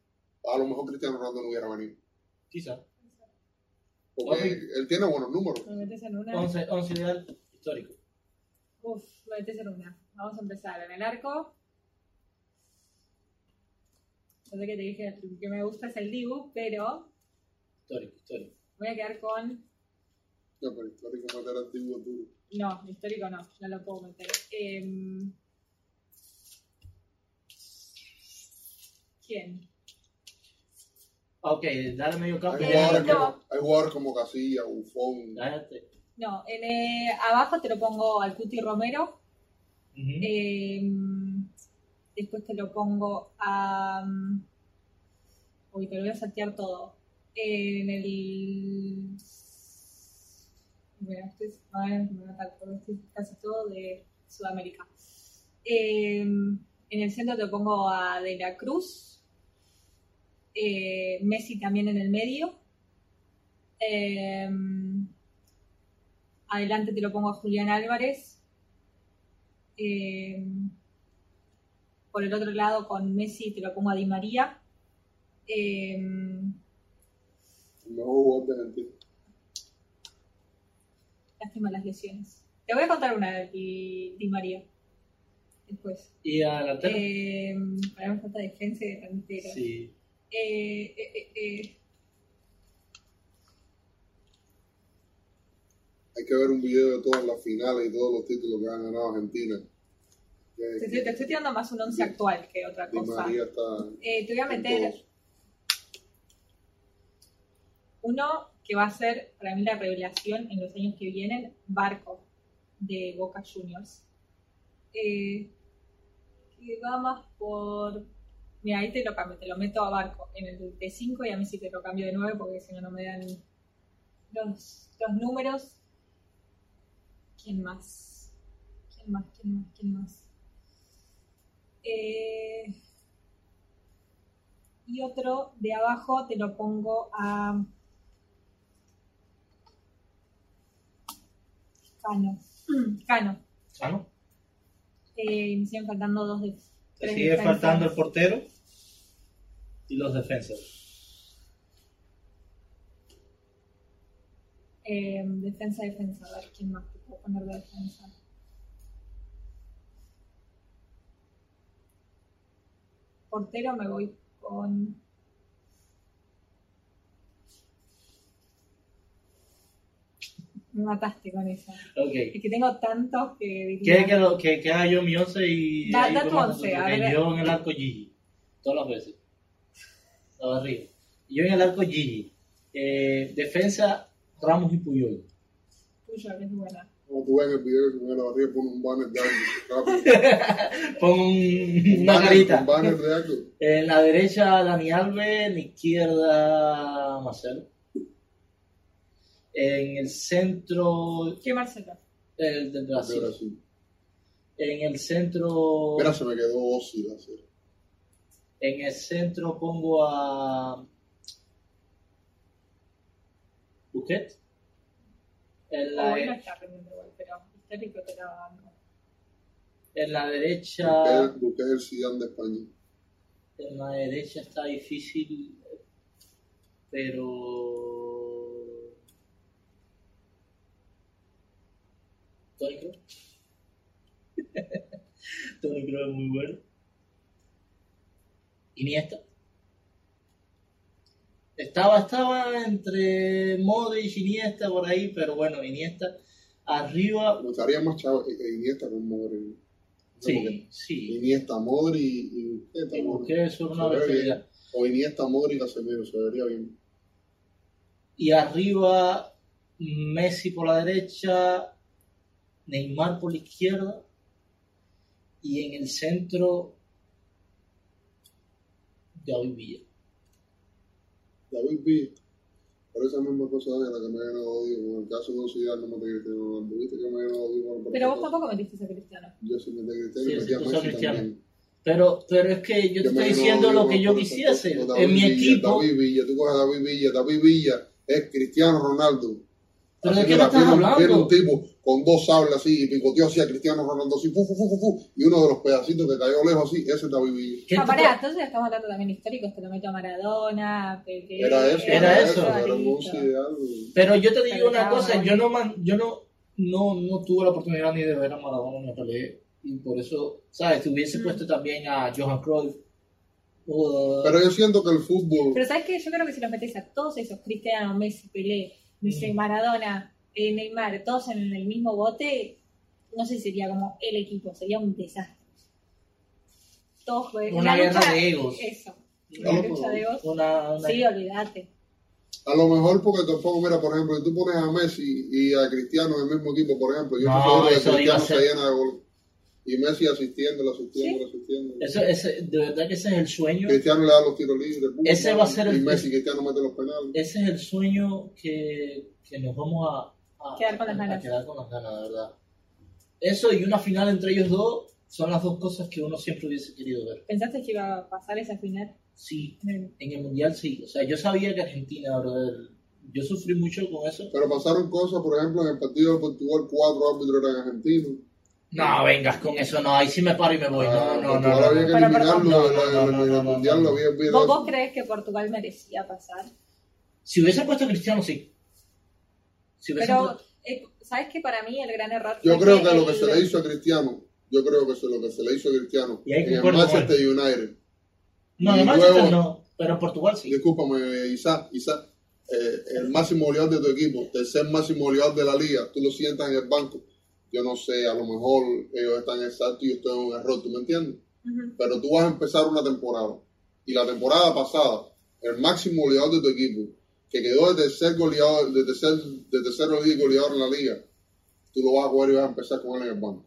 ahora. A lo mejor Cristiano Ronaldo no hubiera venido.
Quizá.
Porque
Ok.
él, él tiene buenos números.
Me metes en una.
11, 11 ideal, histórico.
Uf, me metes en una. Vamos a empezar. En el arco. No sé qué te dije, el que me gusta es el Dibu, pero
Histórico, histórico.
voy a quedar con.
No, pero histórico no era antiguo duro.
No, histórico no, no lo puedo meter. Em, ¿Quién?
Ah, Ok, dale medio campo.
Hay
Eh,
jugadores,
no.
como, hay jugadores como Casilla, Buffon.
Cállate.
No, en, eh, abajo te lo pongo al Cuti Romero.
Ujú.
Em, después te lo pongo a. mm, Uy, te lo voy a saltear todo. En el. Bueno, este es- a ver, me voy a matar, porque este es casi todo de Sudamérica. Em, en el centro te lo pongo a De la Cruz. Eh, Messi también en el medio. Em, adelante te lo pongo a Julián Álvarez. Eh, por el otro lado, con Messi te lo pongo a Di María. Eh,
El mejor jugador de Argentina.
lástima las lesiones. Te voy a contar una de Di, Di María. Después.
¿Y a la delantera?
Eh, para me falta defensa y delantero.
Sí.
Eh, eh, eh, eh,
Hay que ver un video de todas las finales y todos los títulos que han ganado Argentina.
te,
Que-
estoy- te estoy tirando más un once actual que otra
Di
cosa.
María está en
Eh, te voy a meter
todos.
uno que va a ser para mí la revelación en los años que vienen, Barco, de Boca Juniors. Eh, que va más por... Mira, ahí te lo cambio, te lo meto a Barco en el de 5 y a mí sí te lo cambio de 9 porque si no, no me dan los, los números. ¿Quién más? ¿Quién más? ¿Quién más? ¿Quién más? Eh, y otro de abajo te lo pongo a Cano.
Mm.
Cano.
Ah, ¿no?
Eh, me siguen faltando dos de
Te
tres
sigue
defensas.
faltando el portero y los defensas.
Eh, defensa, defensa. A ver, ¿quién más te puedo poner de defensa? Portero me voy con... Me mataste con esa.
Ok.
Es que tengo tantos que diría...
¿Quieres que, lo, que, que haga yo mi 11 y.
Da-
ahí
da tu
vemos
once,
nosotros?
a
Ok,
ver.
Yo en el arco Gigi. Todas las veces. La barriga. Yo en el arco Gigi. Eh, defensa Ramos y Puyol.
Tuyo, que es buena.
Como tú ves en el video que la barriga pone un banner de algo. rápido.
Pon un-
Un
una
banner-
carita.
Un banner de algo.
En la derecha Dani Alves, en la izquierda Marcelo. En el centro
¿Qué Marcelo?
el del Brasil.
Ahora sí.
En el centro
Mira, se me quedó Ozzy la serie.
En el centro pongo a Buquet. En la,
Hoy no está Remiendo igual, pero histórico te la dando.
en la derecha,
Busquets Busquets es el Zidane de España.
en la derecha está difícil, pero Tony Kroos. Tony Kroos es muy bueno. Iniesta. Estaba, estaba entre Modric y Iniesta por ahí, pero bueno, Iniesta arriba.
Me gustaría más Chavo e- e Iniesta con Modri. No, porque
Sí, sí.
Iniesta, Modri y y Busquets.
Y
¿no?
Busquets es una
Se ve bien.
bestialidad.
O Iniesta, Modri y Casemiro, se vería bien.
y arriba Messi por la derecha, Neymar por la izquierda y en el centro David Villa.
David Villa. Por esa misma cosa de la que me ganó odio, con el caso de Zidane no me te grité, no, no, viste que me ganó odio. Bueno, por
Pero
esa
vos
cosa.
tampoco metiste a Cristiano.
Yo sí me te grité,
Sí,
y metí a
tú sos
Messi
cristiano.
también.
Pero, pero es que yo te
me
estoy
ganó
diciendo
odio
lo que yo
por esa
quisiese.
cosa. David
En mi
Villa,
equipo,
David Villa, tú coges a David Villa, David Villa es Cristiano Ronaldo.
¿pero de
Así
qué me
la
estás
viene un- viene un
hablando?
tipo con dos sables así y picoteó así a Cristiano Ronaldo así, fu, fu, fu, fu, fu, y uno de los pedacitos que cayó lejos así, ese es David Villa.
¿Qué
Ah,
te-
pará, entonces estamos hablando también históricos, te lo meto a Maradona, a Pelé.
Era eso,
Era eso.
era un
listo.
once ideal. y-
Pero yo te digo
Pero
una
estaba
cosa,
mal.
yo no man- yo no, no, no tuve la oportunidad ni de ver a Maradona ni a Pelé, y por eso, ¿sabes? Te hubiese
Mm.
puesto también a Johan Cruyff. o-
Pero yo siento que el fútbol,
Pero sabes que yo creo que si los metes a todos esos, Cristiano, Messi, Pelé, no sé,
Mm.
Maradona, eh, Neymar, todos en el mismo bote, no sé si sería como el equipo, sería un desastre. Todos juegan.
Una
la
guerra
lucha-
de egos.
Eso.
No,
Una lucha de egos.
Una, una-
Sí, olvídate.
a lo mejor porque tampoco, mira, por ejemplo, si tú pones a Messi y a Cristiano en el mismo equipo, por ejemplo, yo
No,
estoy seguro que
eso iba a
Cristiano se
ser-
llena de gol. Y Messi asistiéndolo, asistiéndolo, asistiéndolo.
Eso, ese- de verdad que ese es el sueño.
Cristiano le da los tiros libres. pum,
Ese va a ser
Y
el-
Messi y Cristiano mete los penales.
Ese es el sueño que, que nos vamos a, a-
Quedar con las
a
ganas.
quedar con las ganas, de verdad. Eso y una final entre ellos dos son las dos cosas que uno siempre hubiese querido ver.
¿Pensaste que iba a pasar esa final?
Sí,
Mm.
en el Mundial sí. O sea, yo sabía que Argentina, brother, yo sufrí mucho con eso.
Pero pasaron cosas, por ejemplo, en el partido de Portugal, cuatro árbitros eran argentinos.
No, vengas con eso, no, ahí sí me paro y me voy. No, no, no.
Ah, Portugal
no,
había que
no.
Pero,
eliminarlo,
perdón.
la-
No, no,
la-
no,
la-
no,
el
no,
mundial lo
no.
había olvidado.
¿Vos, vos crees que Portugal merecía pasar?
Si hubiese puesto a Cristiano, sí. Si hubiese
Pero, eh, ¿sabes que para mí el gran error
Yo
fue
creo que lo que
el-
se le hizo a Cristiano, yo creo que eso es lo que se le hizo a Cristiano
Y ahí
en el
concuerdo con él.
Manchester United.
No,
Y
de Manchester
luego-
no, pero en Portugal sí.
Discúlpame, Isaac, Isaac, eh, el máximo goleador de tu equipo, tercer máximo goleador de la liga, tú lo sientas en el banco. Yo no sé, a lo mejor ellos están exactos y yo estoy en un error, ¿tú me entiendes?
Ujú.
pero tú vas a empezar una temporada. Y la temporada pasada, el máximo goleador de tu equipo, que quedó de tercer goleador, de tercer, de tercer goleador en la liga, tú lo vas a jugar y vas a empezar con él en el banco.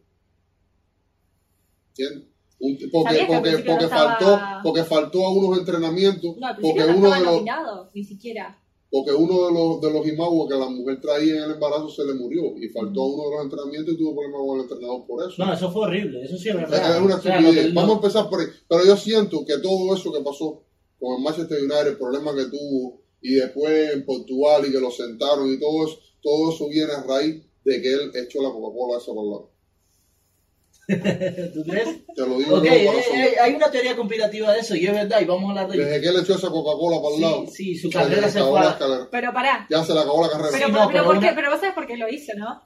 ¿Entiendes? Un- porque,
Sabía que al
porque,
principio
porque,
no estaba-
faltó, porque faltó a unos entrenamientos,
No, al
porque
principio no
uno
estaba
de los,
nominado, ni siquiera.
porque uno de los, de los imagos que la mujer traía en el embarazo se le murió y faltó a uno de los entrenamientos y tuvo problemas con el entrenador por eso.
No, eso fue horrible, eso sí es
Es
verdad.
es una
O sea, lo
estupidez.
que-
Vamos a empezar por ahí. Pero yo siento que todo eso que pasó con el Manchester United, el problema que tuvo, y después en Portugal y que lo sentaron y todo eso, todo eso viene a raíz de que él echó la Coca-Cola esa por lado.
¿Tú crees?
Te lo digo
Ok,
de
eh,
todo corazón.
eh, hay una teoría conspirativa de eso y es verdad y vamos a hablar de ello.
Desde que él echó esa Coca-Cola para el lado,
Sí, sí, su
se le
carrera se
acabó
fue.
la
a-
carrera.
Pero pará.
Ya se le acabó la
Pero,
carrera.
Sí,
pero,
no, pero
¿por
una-
qué? Pero vos sabés por qué lo hizo, ¿no?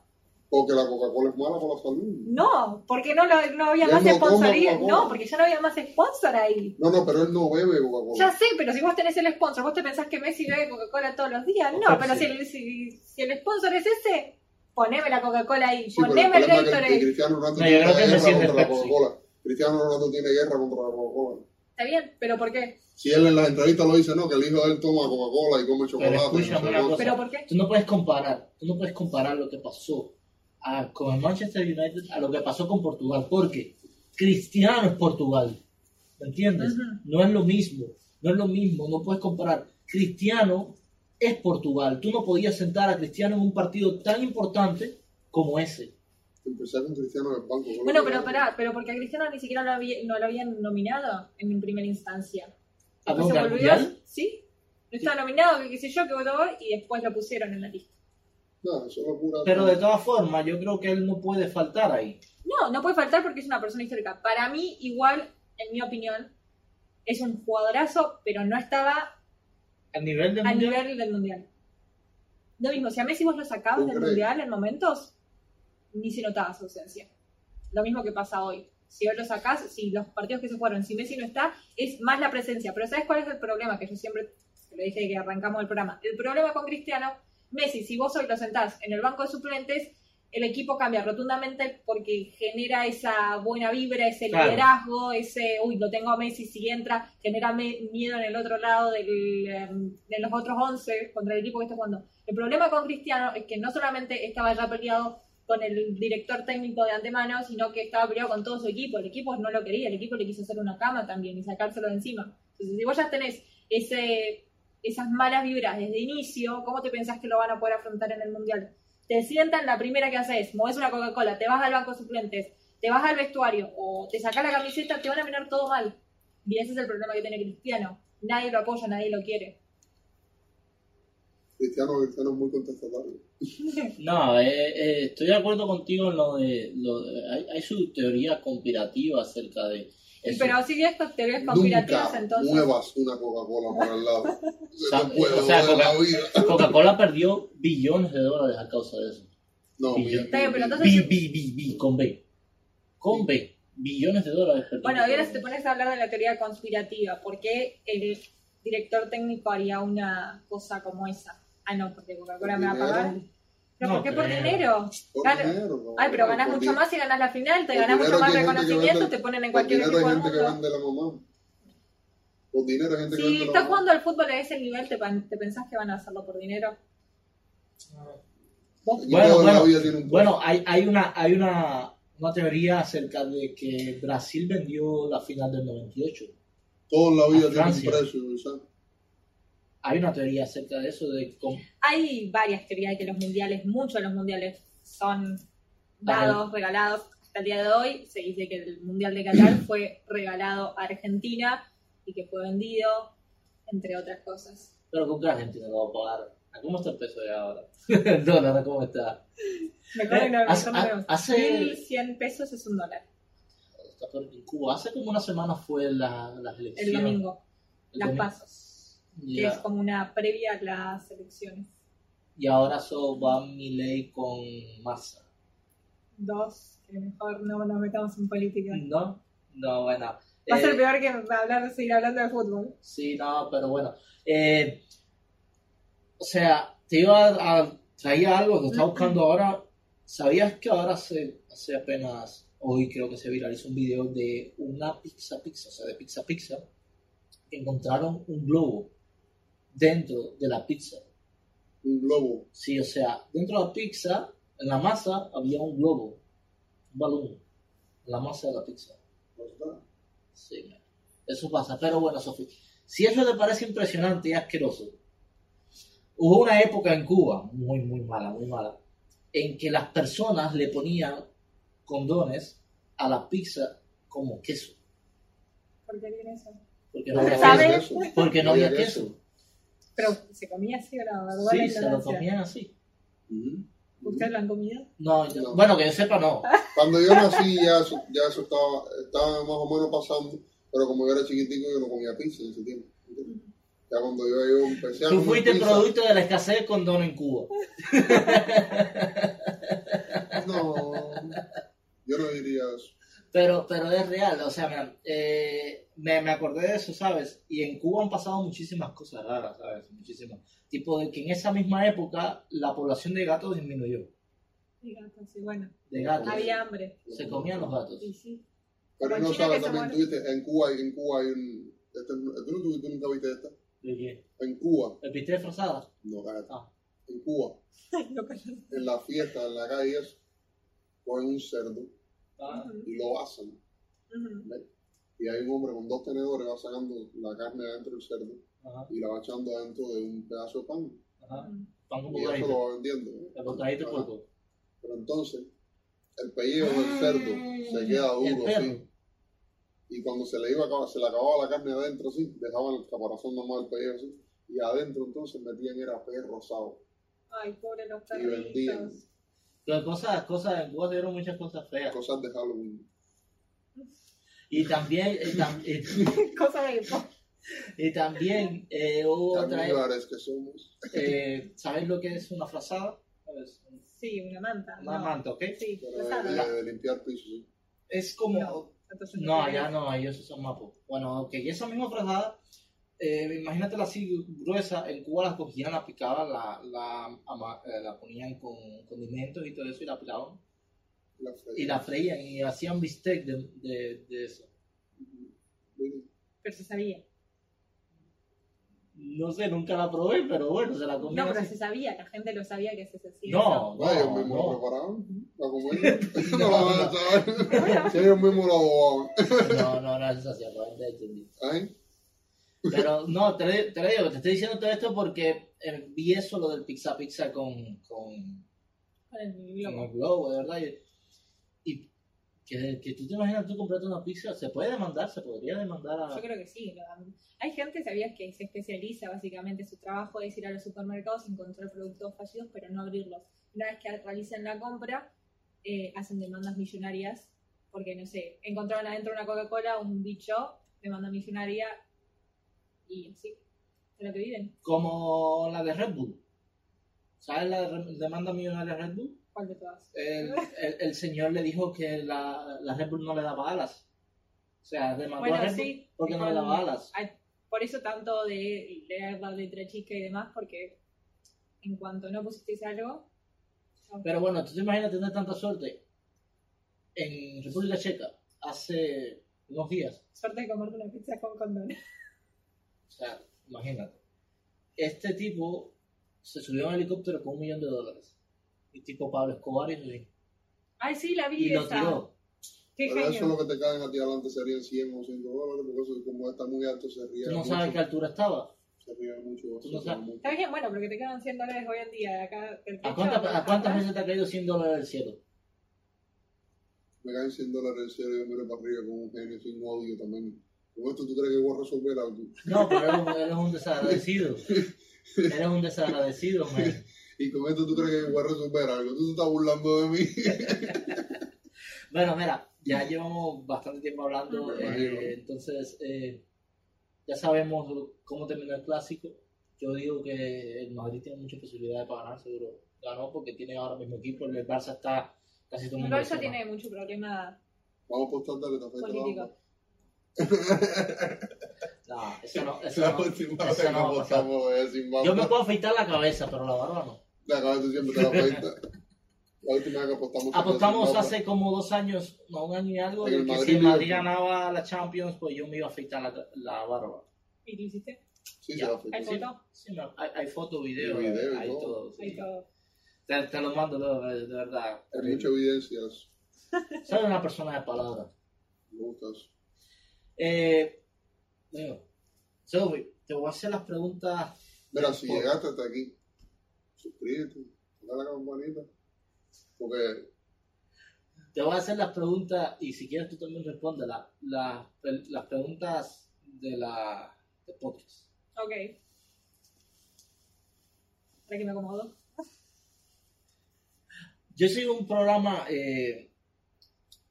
Porque la Coca-Cola es mala para la salud.
No, porque no, lo- no había
Ya
más
no
sponsor
como
ahí.
Coca-Cola.
No, porque ya no había más sponsor ahí.
No, no, pero él no bebe Coca-Cola.
Ya sé, pero si vos tenés el sponsor, vos te pensás que Messi bebe Coca-Cola todos los días. No,
Ojalá
pero
sí.
si el, si, si el sponsor es ese, poneme la Coca-Cola ahí,
Sí, pero el
poneme el
problema es que- que
Gatorade.
Cristiano
No,
Ronaldo
yo
tiene
creo que
guerra
recién
contra la
Pepsi.
Coca-Cola. Cristiano Ronaldo tiene guerra contra la Coca-Cola.
Está bien, pero ¿por qué?
Si él en las entrevistas lo dice, no, que el hijo de él toma Coca-Cola y come chocolate.
escúchame
no sé
una
qué.
cosa.
¿Pero por qué?
Tú no puedes comparar, tú no puedes comparar lo que pasó a- con el Manchester United a lo que pasó con Portugal, porque Cristiano es Portugal, ¿me entiendes?
Ujú.
No es lo mismo, no es lo mismo, no puedes comparar. Cristiano es Portugal, tú no podías sentar a Cristiano en un partido tan importante como ese.
Empezar con Cristiano en el banco. fue lo
Bueno,
que-
pero pará, pero porque a Cristiano ni siquiera lo, había- no lo habían nominado en primera instancia.
¿A
Después
un
se volvió-
mundial?
Sí. No estaba nominado, que qué sé yo, que votó y después lo pusieron en la lista.
No, eso es pura.
Pero de todas formas, yo creo que él no puede faltar ahí.
No, no puede faltar porque es una persona histórica. Para mí, igual, en mi opinión, es un jugadorazo, pero no estaba
A nivel de
al
mundial.
nivel del mundial. Lo mismo, si a Messi vos lo sacabas
¿Vos
del
crees?
mundial en momentos, ni se notaba su ausencia. Lo mismo que pasa hoy. Si vos lo sacás, si los partidos que se fueron, si Messi no está, es más la presencia. Pero ¿sabes cuál es el problema? Que yo siempre te lo dije que arrancamos el programa. El problema con Cristiano, Messi, si vos hoy lo sentás en el banco de suplentes, el equipo cambia rotundamente porque genera esa buena vibra, ese
Claro.
liderazgo, ese, uy, lo tengo a Messi, si entra, genera me- miedo en el otro lado del, em, de los otros 11 contra el equipo que está jugando. El problema con Cristiano es que no solamente estaba ya peleado con el director técnico de antemano, sino que estaba peleado con todo su equipo. El equipo no lo quería, el equipo le quiso hacer una cama también y sacárselo de encima. Entonces, si vos ya tenés ese, esas malas vibras desde inicio, ¿cómo te pensás que lo van a poder afrontar en el Mundial? te sientan, la primera que haces, moves una Coca-Cola, te vas al banco de suplentes, te vas al vestuario o te sacas la camiseta, te van a mirar todo mal. Y ese es el problema que tiene Cristiano. Nadie lo apoya, nadie lo quiere.
Cristiano, Cristiano es muy contestatario.
No, eh, eh, estoy de acuerdo contigo en lo de. Lo de- hay, hay su teoría conspirativa acerca de.
Y
eso.
pero sigue estas teorías conspirativas
Nunca
entonces.
muevas una Coca-Cola para el lado.
Sa-
no puedo,
o sea,
no puedo,
Coca-
la vida.
Coca-Cola perdió billones de dólares a causa de eso.
No,
Sí,
mira,
está
bien, pero
mira,
Bi,
entonces-
bi, bi, bi, con B. Con B. Billones de dólares. perdió
Bueno, ahora
Coca-Cola.
si te pones a hablar de la teoría conspirativa, ¿por qué el director técnico haría una cosa como esa? Ah, no, porque Coca-Cola me va a pagar.
Dinero.
No,
No
¿por qué por
creo.
dinero?
por
Claro.
dinero, no,
Ay, pero
no,
ganás
por
mucho
di-
más si ganás la final, te
Por
ganás mucho
dinero
más
hay gente que
reconocimiento,
vende-
te ponen en
Por
cualquier
dinero
equipo
hay
del
gente que
mundo.
vende la mamá. Por dinero hay gente que
Si
vende la
estás
mamá.
jugando al fútbol a ese nivel, ¿te, pan- te pensás que van a hacerlo por dinero?
Aquí
Bueno,
todo en la
bueno,
vida tiene un costo.
Bueno, hay, hay, una, hay una, una teoría acerca de que Brasil vendió la final del 98.
Todo en la vida
a
tiene un
Francia.
precio, ¿sabes?
Hay una teoría acerca de eso, de cómo-
Hay varias teorías de que los mundiales, muchos de los mundiales son dados, regalados. Hasta el día de hoy se dice que el mundial de Qatar fue regalado a Argentina y que fue vendido, entre otras cosas.
pero con qué Argentina lo va a pagar. ¿A cómo está el peso de ahora? el dólar, ¿a ¿cómo está?
Mejor
Eh,
que no-
hace-
mejor que no.
hace-
1100 pesos es un dólar
Está peor que en Cuba. Hace como una semana fue la, las
el
elecciones.
domingo,
El
las
domingo.
pasos,
Ya.
que es como una previa a las elecciones.
Y ahora so va Milei con Massa.
Dos, que mejor no nos metamos en política.
¿No? No, bueno.
Va a
Eh,
ser peor que hablar, seguir hablando de fútbol.
Sí, no, pero bueno. Eh, o sea, te iba a, a- traía algo que estaba buscando ahora. ¿Sabías que ahora hace, hace apenas hoy creo que se viralizó un video de una pizza pizza, o sea, de pizza pizza, que encontraron un globo dentro de la pizza.
Un globo.
Sí, o sea, dentro de la pizza, en la masa había un globo, un balón, en la masa de la pizza.
¿no está?
Sí, eso pasa. Pero bueno, Sofi, si eso te parece impresionante y asqueroso, hubo una época en Cuba, muy, muy mala, muy mala, en que las personas le ponían condones a la pizza como queso.
¿Por qué tiene eso?
Porque no
No
había
había
¿Sabe?
queso.
queso.
Porque no había queso.
Pero se comía así, ¿verdad? Guarda la
Sí, se lo
ignorancia.
comían así.
Ujú.
¿Ustedes lo han comido?
No, yo-
No.
bueno, que yo sepa, no.
Cuando yo nací ya eso, ya eso estaba, estaba más o menos pasando, pero como yo era chiquitico yo no comía pizza en ese tiempo. ¿entiendes? Ya cuando yo, yo empecé a
Tú
comer
fuiste
pizza-
producto de la escasez de condón en Cuba.
No, yo no diría eso.
Pero, pero es real, o sea, mira, eh, me, me acordé de eso, ¿sabes? Y en Cuba han pasado muchísimas cosas raras, ¿sabes? Muchísimas. Tipo de que en esa misma época la población de gatos disminuyó.
Y gatos, y bueno,
De gatos.
había hambre.
Se comían los gatos.
Y sí.
Pero
Como
no
en China
sabes,
que
también
se muere.
tuviste, en Cuba, en Cuba hay un... Este, ¿tú, no tuviste- tú nunca viste esta?
¿De qué?
En Cuba,
¿El viste disfrazada?
no, cállate.
Ah.
En Cuba,
Ay, lo conozco.
en la fiesta, en la calle, y eso, cogen un cerdo
Ah,
Ujú,
y lo hacen.
ujú.
y hay un hombre con dos tenedores va sacando la carne de adentro del cerdo
ajá,
y la va echando adentro de un pedazo de pan
ajá. Pan con
y eso
bocadito.
lo va vendiendo ¿no?
El bocadito
Ajá.
puerco.
pero entonces el pellejo del cerdo se queda
El
duro,
perro.
sí. Y cuando se le iba a acabar- se le acababa la carne adentro, sí, dejaban el caparazón nomás del pellejo, sí. Y adentro entonces metían era perro asado.
Ay, pobre los
Y vendían
perritos.
Pero cosas, cosas, en Cuba se dieron muchas cosas feas.
cosas de Halloween.
Y también, y, tam- y-
Cosa de
y también eh, hubo otra
Caníbales que somos.
eh, ¿Sabéis lo que es una frazada? Es
Sí, una manta.
Una
no.
manta, ¿ok?
Sí,
Pero
pesada.
de, de- de limpiar pisos, sí.
Es como...
No. Entonces
No,
te
ya
digo.
no, ellos usan mapos. Bueno, ok, esa misma frazada, eh, imagínatela así gruesa, en Cuba la cogían, la picaban, la, la, ama- eh, la ponían con condimentos y todo eso y la picaban.
La
Y
freían.
la freían y hacían bistec de, de, de eso.
Pero se sabía.
No sé, nunca la probé, pero bueno, se la
No,
comían
pero
así.
se sabía, la gente lo sabía que se hacía.
No,
Ah, ellos
no,
mismos
no.
lo preparaban para comer. no lo van a saber. Si ellos mismos lo abogaban.
No, no, no, eso hacía probablemente entendí.
Ay,
Pero no, te, lo- te lo digo, te estoy diciendo todo esto porque eh, vi eso, lo del pizza pizza con, con,
Con el
con
globo.
el globo, de verdad. Y, y que, que tú te imaginas tú comprarte una pizza, se puede demandar, se podría demandar a...
Yo creo que sí. lo dan. Hay gente, sabías, que se especializa básicamente. Su trabajo es ir a los supermercados, encontrar productos fallidos, pero no abrirlos. Una vez que realizan la compra, eh, hacen demandas millonarias. Porque, no sé, encontraron adentro una Coca-Cola, un bicho, demanda millonaria. Y así, de lo que viven.
Como la de Red Bull. ¿Sabes la re- demanda millonaria de Red Bull?
¿Cuál de todas?
El, el- el señor le dijo que la, la Red Bull no le daba alas. O sea, demandó a
Ah, Bueno,
Red Bull
sí.
porque no le daba alas.
Por eso tanto de leer la letra chica y demás, porque en cuanto no pusisteis algo,
Pero bueno, tú te imaginas tener tanta suerte. En República Checa, hace unos días,
suerte de comerte una pizza con condón.
o sea, imagínate, este tipo se subió a un helicóptero con un millón de dólares. Y tipo Pablo Escobar y,
Ay, sí, la vi
y lo
esa.
tiró.
Qué
pero eso es
genio.
lo que te caen a ti adelante serían 100 o 100 dólares, porque eso, como está muy alto se ríe
Tú no
mucho.
sabes a qué altura estaba.
Se ríe mucho.
Tú
se
no
ríe
sabes.
mucho.
Está bien, bueno, porque te quedan 100 dólares hoy en día de acá. del
¿A
techo,
cuántas,
de
a cuántas
acá.
veces te ha caído 100 dólares del cielo?
Me caen 100 dólares el cielo y yo miro para arriba con un genio sin odio también. Con esto tú crees que voy a resolver algo.
No, pero eres, un- eres un desagradecido. Eres un desagradecido, man.
Y con esto tú crees que voy a resolver algo. Tú te estás burlando de mí.
Bueno, mira, ya llevamos bastante tiempo hablando,
Ajá.
eh, entonces eh, ya sabemos cómo terminó el clásico. Yo digo que el Madrid tiene muchas posibilidades para ganar, seguro ganó porque tiene ahora mismo equipo. El Barça está casi todo
El
mundo
Barça
lesionado.
tiene mucho problema
Vamos a apostar dale tafeta. vamos.
político.
No, Ah, eso no, eso
La
no,
última vez
eso
que
no va a pasar.
apostamos es sin
Yo me
vamos.
puedo afeitar la cabeza, pero la barba no.
La cabeza siempre te la afecta. La última vez que apostamos. fue
Apostamos
sin barba.
hace como dos años, no, un año y algo,
En
de
el
que
Madrid,
si el Madrid
Liverpool.
ganaba la Champions, pues yo me iba a afeitar la, la barba.
¿Y lo hiciste?
Sí, se
Ya.
la afecta.
Hay
Sí.
foto,
Sí, no, hay, hay foto, video,
Y video y
hay
todo.
todo. sí.
hay todo.
Te, te lo mando, de, de- de verdad.
Hay mucha evidencia. de eso.
Soy una persona de palabras.
Me gusta eso.
Eh, digo, Sophie, te voy a hacer las preguntas.
Mira, si llegaste hasta aquí, suscríbete, dale la campanita. Porque
Te voy a hacer las preguntas y si quieres tú también responde la- la- las preguntas de la de podcast.
Ok. ¿Para que me acomodo?
Yo sigo un programa eh,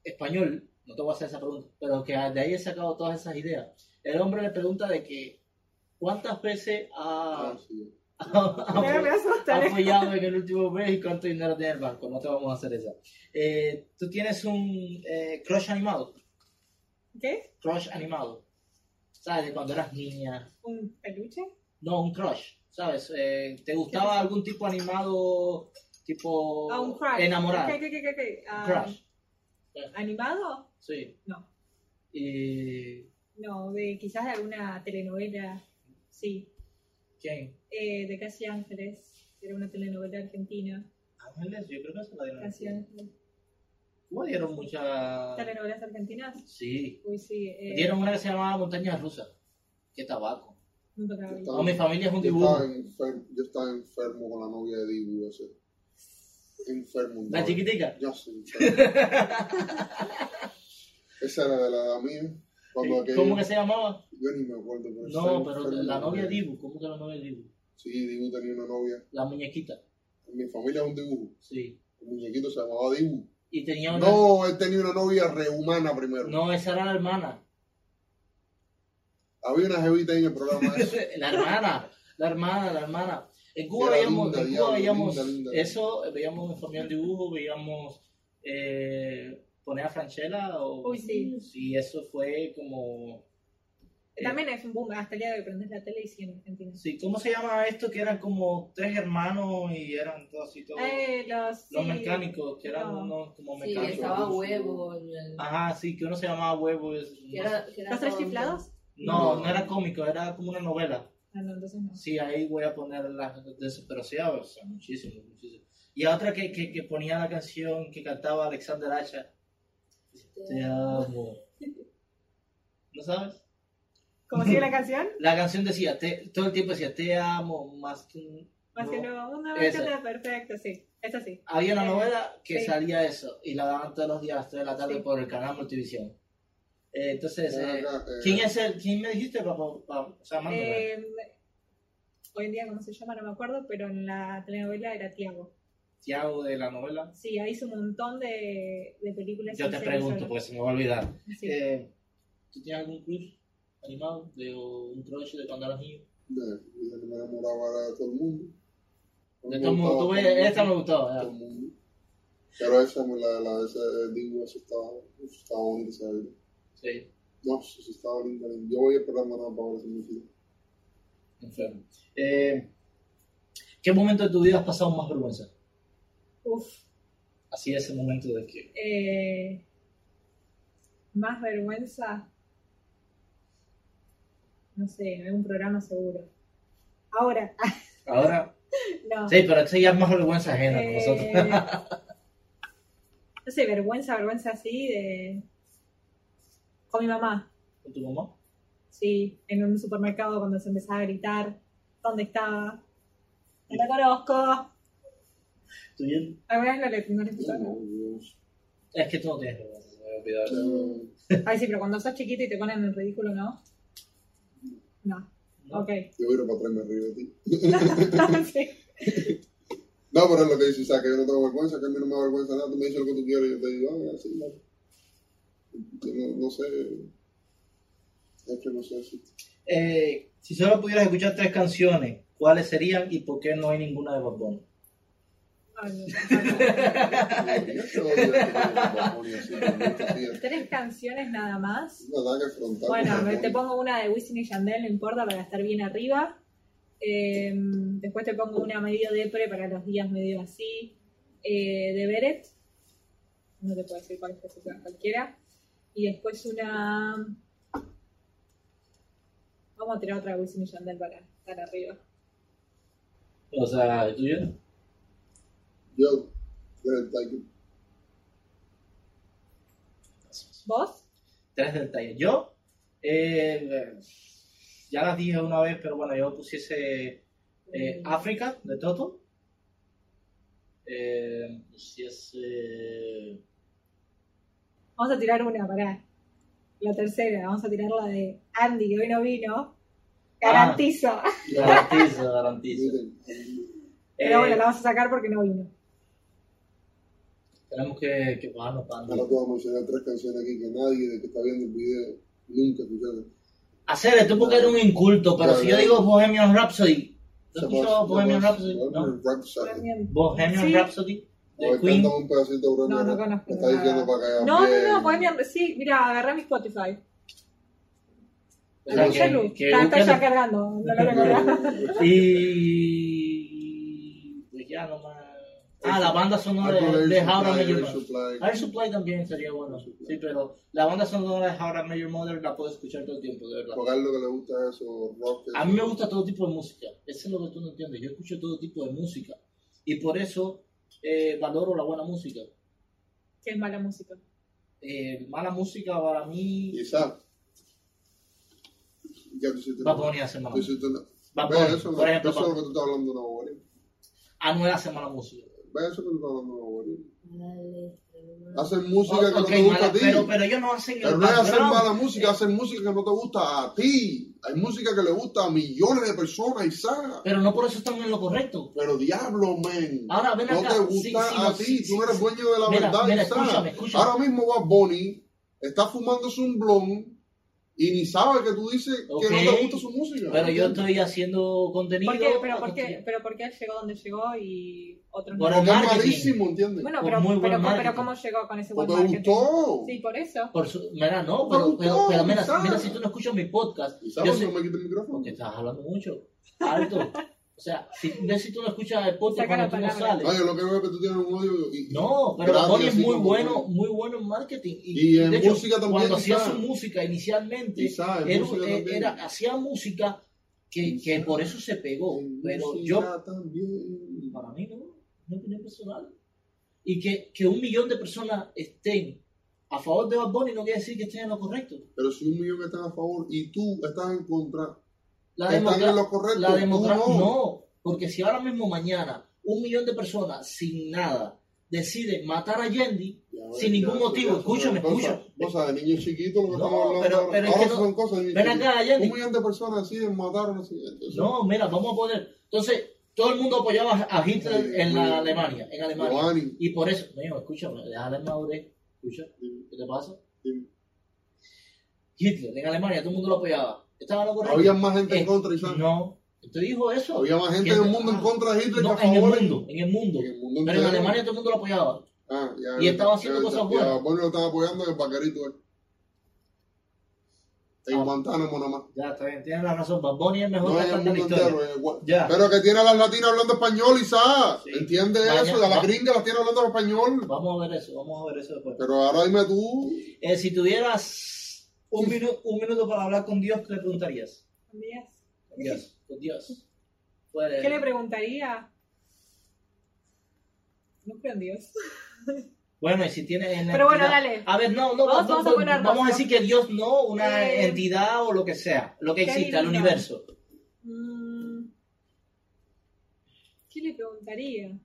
español, no te voy a hacer esa pregunta, pero que de ahí he sacado todas esas ideas. El hombre le pregunta de que cuántas veces ha,
ah, sí.
ha-
Me, me
ha
asusta. ¿eh?
apoyado en el último mes y cuánto dinero tiene el banco. No te vamos a hacer esa. Eh, Tú tienes un eh, crush animado.
¿Qué?
Crush animado. ¿Sabes? De cuando eras niña.
¿Un peluche?
No, un crush. ¿Sabes? Eh, ¿Te gustaba algún tipo animado tipo
Ah, un crush.
enamorado?
Ok, ok, ok, ok.
Un
Ah,
crush.
¿Animado?
Sí.
No.
Eh,
No, de quizás de alguna telenovela. Sí.
¿Quién?
Eh, de Casi Ángeles. Era una telenovela argentina.
Ángeles, yo creo que se la dieron.
Casi Ángeles.
Cuba dieron muchas.
¿Telenovelas argentinas?
Sí.
Uy, sí. Eh,
Dieron una que se llamaba Montaña Rusa. Qué tabaco.
Nunca la vi.
Está-
No, mi familia es un
Yo estaba,
dibujo.
enfermo, yo estaba enfermo con la novia de Dibu ese. enfermo.
La chiquitica.
Yo soy enfermo. Esa era de la edad mía. Cuando aquello-
¿Cómo que se llamaba?
Yo ni me acuerdo. Pero
No,
estaba
pero
pues, enfermo,
la
porque-
novia Dibu. ¿Cómo que la novia Dibu?
Sí, Dibu tenía una novia.
La muñequita.
En mi familia es un dibujo.
Sí.
El muñequito se llamaba Dibu.
Y tenía una.
No, él tenía una novia rehumana primero.
No, esa era la hermana.
Había una jevita ahí en el programa. ese.
La hermana. La hermana, la hermana. En Cuba
Era
veíamos,
linda,
en Cuba
diablo,
veíamos
linda, linda.
eso, veíamos en familia el dibujo, veíamos eh, poner a Franchella o
Uy, sí.
y eso fue como eh,
También es un boom, hasta el día de hoy prendes la tele y siguen en Argentina.
sí, ¿cómo se llama esto? Que eran como tres hermanos y eran todos así todos
Eh, los,
los
sí.
mecánicos, que eran
No.
unos como
Sí,
mecánicos.
estaba huevo. en el-
Ajá, sí, que uno se llamaba Huevo. es-
que era- que era
¿Los tres
tonto.
chiflados?
No, no era cómico, era como una novela.
Ah, no, entonces no.
Sí, ahí voy a poner las desesperación, o sea, muchísimo, muchísimo. Y a otra que, que, que ponía la canción que cantaba Alexander Hacha, Te amo. ¿No sabes?
¿Cómo sigue la canción?
La canción decía, te- todo el tiempo decía, te amo más que... un-
Más que
no".
luego, una
Esa.
bachata perfecta, sí. Esa sí.
Había una novela que
Sí.
salía eso y la daban todos los días a las 3 de la tarde
Sí.
por el canal Multivisión. Eh, entonces,
Ven
eh,
acá, eh,
¿quién es el? ¿Quién me dijiste? Pa- pa- pa- o sea, mándame.
Eh, hoy en día, ¿cómo se llama? No me acuerdo, pero en la telenovela era Tiago.
Tiago de la novela.
Sí, ahí hizo un montón de, de películas.
Yo
y
te
series
pregunto,
sobre-
porque se me va a olvidar.
Sí.
Eh, ¿Tú tienes algún crush animado de, o un crush de cuando eras niño?
de- yo me enamoraba de todo el mundo.
De todo el mundo. Tú ves, esta me gustó.
Todo
ya.
el mundo. Pero esa, la, la de ese Dibu, eso estaba, eso estaba bonito, ¿sabes?
Sí,
No, eso sí estaba lindo. lindo. Yo voy a esperar nada para ver si me fijo.
enfermo. Eh, ¿Qué momento de tu vida has pasado más vergüenza?
Uf.
Así ese momento de que...
eh, más vergüenza. No sé, en algún programa seguro. Ahora,
Ahora...
no.
Sí, pero esto ya es más vergüenza ajena que nosotros.
Eh, no sé, vergüenza, vergüenza así de. Con mi mamá,
¿Con tu mamá?
sí, en un supermercado cuando se empezaba a gritar, ¿dónde estaba? ¡No la conozco!
¿Tú bien?
¿Alguna vez no le, no le explicaron?
No, Dios.
Es que tú no tienes vergüenza, me voy a olvidar.
Eh,
Ay, sí, pero cuando sos chiquito y te ponen en ridículo, ¿no? No,
¿no?
ok.
Yo voy a ir para atrás y me río de ti.
Sí.
No, pero es lo que dice Isaac, que yo no tengo vergüenza, que a mí no me da vergüenza nada. Tú me dices lo que tú quieres y yo te digo, ah, así, no. Yo no, no sé. Es que no sé si.
Eh, si solo pudieras escuchar tres canciones, ¿cuáles serían y por qué no hay ninguna de Bad Bunny?
Ay, no.
Nada
Tres canciones nada más.
que afrontar.
Bueno, me- te pongo una de Wisin y Yandel, no importa, para estar bien arriba. Eh, después te pongo una medio depre para los días medio así. Eh, de Beret. No te puedo decir cuál es que sea cualquiera. Y después una. Vamos a tirar otra de Wisin y Yandel para estar arriba.
O sea, ¿tú yo?
Yo, Greg Tyson.
¿Vos?
Tres detalles. Yo, eh, ya las dije una vez, pero bueno, yo pusiese eh, África de Toto. Eh, pusiese.
Vamos a tirar una, pará. La tercera, vamos a tirar la de Andy, que hoy no vino.
Ah.
Garantizo.
Garantizo, garantizo.
Pero bueno,
Eh,
la vamos a sacar porque no vino.
tenemos que, que pagarnos para
Ahora tú vas a mencionar tres canciones aquí que nadie de que está viendo el video nunca escucharon.
Hacer, tú porque eres un inculto, pero
Claro.
si yo digo Bohemian Rhapsody, ¿tú
Se
escuchas
puede-
Bohemian
se puede-
Rhapsody? No.
Bohemian Rhapsody.
También.
Bohemian
Sí.
Rhapsody
A
de
ver,
Queen.
canta un pedacito, Bruno.
No, no conozco
Me está diciendo
nada.
para callar
No, no,
bien.
no, Bohemian, sí, mira, agarré mi Spotify.
O sea,
Mi
que-
celu.
que
Está- está
busquen-
ya cargando, no lo recordaba.
Y pues ya nomás. Ah, la banda sonora de, de How to Make Your Mother.
Supply.
Air Supply también sería bueno. Sí, pero la banda sonora de How to Make Your Mother la puedo escuchar todo el tiempo, de verdad.
Porque a él lo que le gusta es eso, rock.
A mí me gusta todo tipo de música. Eso es lo que tú no entiendes. Yo escucho todo tipo de música. Y por eso eh, valoro la buena música.
Que es mala música.
Eh, mala música para mí.
Isaac. Ya tú hiciste
Bad
una-
Bunny hace mala
tú
música.
hiciste una-
Bad
Ve,
Bunny,
Pues, eso,
por
no, eso es lo
ejemplo,
que tú estás hablando, no, güey.
Anuel hace mala música.
beso que le está dando a Borini.
Dale, pero no.
Hacen música que
Ok,
no te gusta
mala-
a ti.
pero, pero ellos no hacen
Pero
el
no es hacer
background.
mala música, hacen música que no te gusta a ti. Hay música que le gusta a millones de personas, Isaac.
Pero no por eso están en lo correcto.
Pero diablo, men.
Ahora, Ah, ven
no
acá.
te
Sí,
gusta
sí,
a
no,
ti.
sí, sí,
Tú no eres
sí.
dueño de la
Mira,
verdad,
mira,
Isaac.
escúchame, escúchame.
Ahora mismo va Bonnie, está fumándose un blon y ni sabe que tú dices
Ok.
que no te gusta su música.
Pero yo
¿entiendes?
estoy haciendo contenido.
¿Por qué? Pero,
lo
¿por
que
qué?
estoy-
pero ¿por qué él llegó donde llegó y otros
Por el
no?
Porque es
marketing.
malísimo, ¿entiendes?
Bueno,
por
pero,
muy buen
pero, pero
marketing.
¿cómo llegó con ese
no
buen
te
marketing?
gustó.
Sí, por eso.
Por su- mira, no,
No
pero,
gustó,
pero, pero mira,
Isaac.
mira, si tú no escuchas mi podcast,
¿Y
yo
sabes
sé-
no me quita el micrófono?
porque estás hablando mucho, alto. O sea, si, ve si tú no escuchas el podcast
Saca la
cuando tú no
palabra.
sales.
No, Ah, yo lo que veo es que tú tienes un odio y, y-
No, pero Bad
Gracias,
Bunny es
sí,
muy
como
bueno,
tú.
muy bueno en marketing.
Y en
de hecho,
música también,
Cuando hacía
quizá.
su música inicialmente,
Quizá, en
era-
música
eh,
también.
era- hacía música que, que
Quizá.
por eso se pegó.
En
Pero
música
yo,
también.
para mí, no, no opinión personal. Y que, que un millón de personas estén a favor de Bad Bunny no quiere decir que estén en lo correcto.
Pero si un millón están a favor y tú estás en contra,
La
están
democra-
en lo correcto.
La
tú
democracia
no.
no. porque si ahora mismo mañana un millón de personas sin nada deciden matar a Yendi,
Ya,
sin
ya,
ningún
ya,
motivo,
ya,
escúchame,
cosas-
escúchame.
Cosas de niños chiquitos, lo que
No,
estamos hablando.
pero-
ahora.
pero es
Ahora
que no-
son cosas de niños
ven
chiquitos.
acá, Jenny.
Un millón de personas así mataron así. entonces,
no, mira, vamos a poner. Entonces, todo el mundo apoyaba a Hitler
Sí,
en
sí.
la Alemania, en Alemania.
Giovanni,
Y por eso, no, escúchame, déjale madurez, escucha,
dime,
¿qué te pasa?
dime.
Hitler en Alemania, todo el mundo lo apoyaba. ¿Estaba en lo correcto?
había más gente
Eh,
en contra, Isaac.
No, te dijo eso.
Había más gente en el mundo en contra de Hitler
No,
que a
en el
favor.
mundo, en el mundo.
En el mundo
Pero en
entero.
Alemania todo el mundo lo apoyaba.
Ah, ya,
Y
ya,
estaba
ya,
haciendo
ya,
cosas
ya,
buenas.
ya, bueno, lo estaba apoyando en el paquerito. eh. En
Ah.
Guantánamo nomás.
Ya, está bien, tienes la razón. Bad Bunny es el mejor
No en el
cantante de la
mundo
historia.
entero. eh, gua-
Ya.
Pero que tiene a las latinas hablando español, Isaac.
Sí.
¿Entiende
Vaya,
eso? Y a
va-
las gringas las tiene hablando español.
Vamos a ver eso, vamos a ver eso después.
Pero ahora dime tú.
Eh, si tuvieras un, minu- un minuto para hablar con Dios, ¿qué le preguntarías?
Andrés,
Con Dios, con Dios. Pues,
¿Qué le preguntaría? No creo en Dios.
bueno, y si tienes... en la
Pero bueno,
entidad-
dale.
A ver, no, no,
Vamos-
no,
vamos a
no,
ponernos,
vamos a
¿no?
decir que Dios no, una
Eh,
entidad o lo que sea, lo que
qué
exista, el
divino.
universo.
Mm, ¿Qué le preguntaría?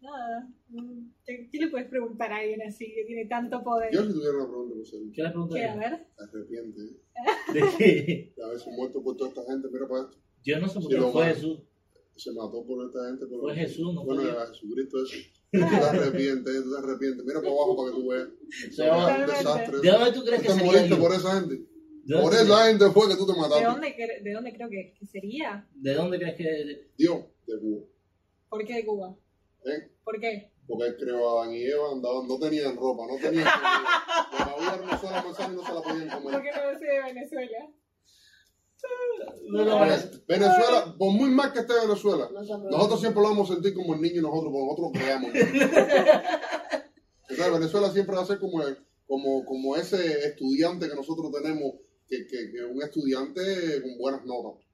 Nada. mm, ¿Qué, qué le puedes preguntar a alguien así que tiene tanto poder?
Yo si tuviera una pregunta, pues
¿Qué le
¿Qué? A
preguntarías?
ver.
se arrepiente. ¿eh?
¿De qué?
De haberse muerto por toda esta gente. Mira para esto.
Dios no se
Sí,
murió,
lo
fue
más.
Jesús.
Se mató por esta gente. Por
Fue Jesús, no fue
Bueno,
Dios.
a Jesucristo eso. Tú te
Ah,
arrepientes, tú te arrepientes. Mira para abajo para que tú veas.
Se va-
un desastre.
¿De dónde tú crees
Tú
que
te
sería
moriste
Dios?
por esa gente.
¿De dónde
Por ¿eh?
tú crees-
esa gente fue que tú te
¿De
mataste.
dónde, cre- de dónde creo que, que sería?
¿De dónde crees que...?
Dios de Cuba.
¿Por qué de Cuba?
¿eh?
¿Por qué?
Porque él creó a Adán y Eva, andaban, no tenían ropa, no tenían comida. Todavía era una sola persona y no se la podían comer.
Porque no sé de Venezuela.
No, no, no.
Vene- Venezuela, por muy mal que esté Venezuela,
No se aprobó.
nosotros siempre lo vamos a sentir como el niño y nosotros, porque nosotros creamos. O sea, Venezuela siempre va a ser como, el- como, como ese estudiante que nosotros tenemos, que, que, que un estudiante con buenas notas.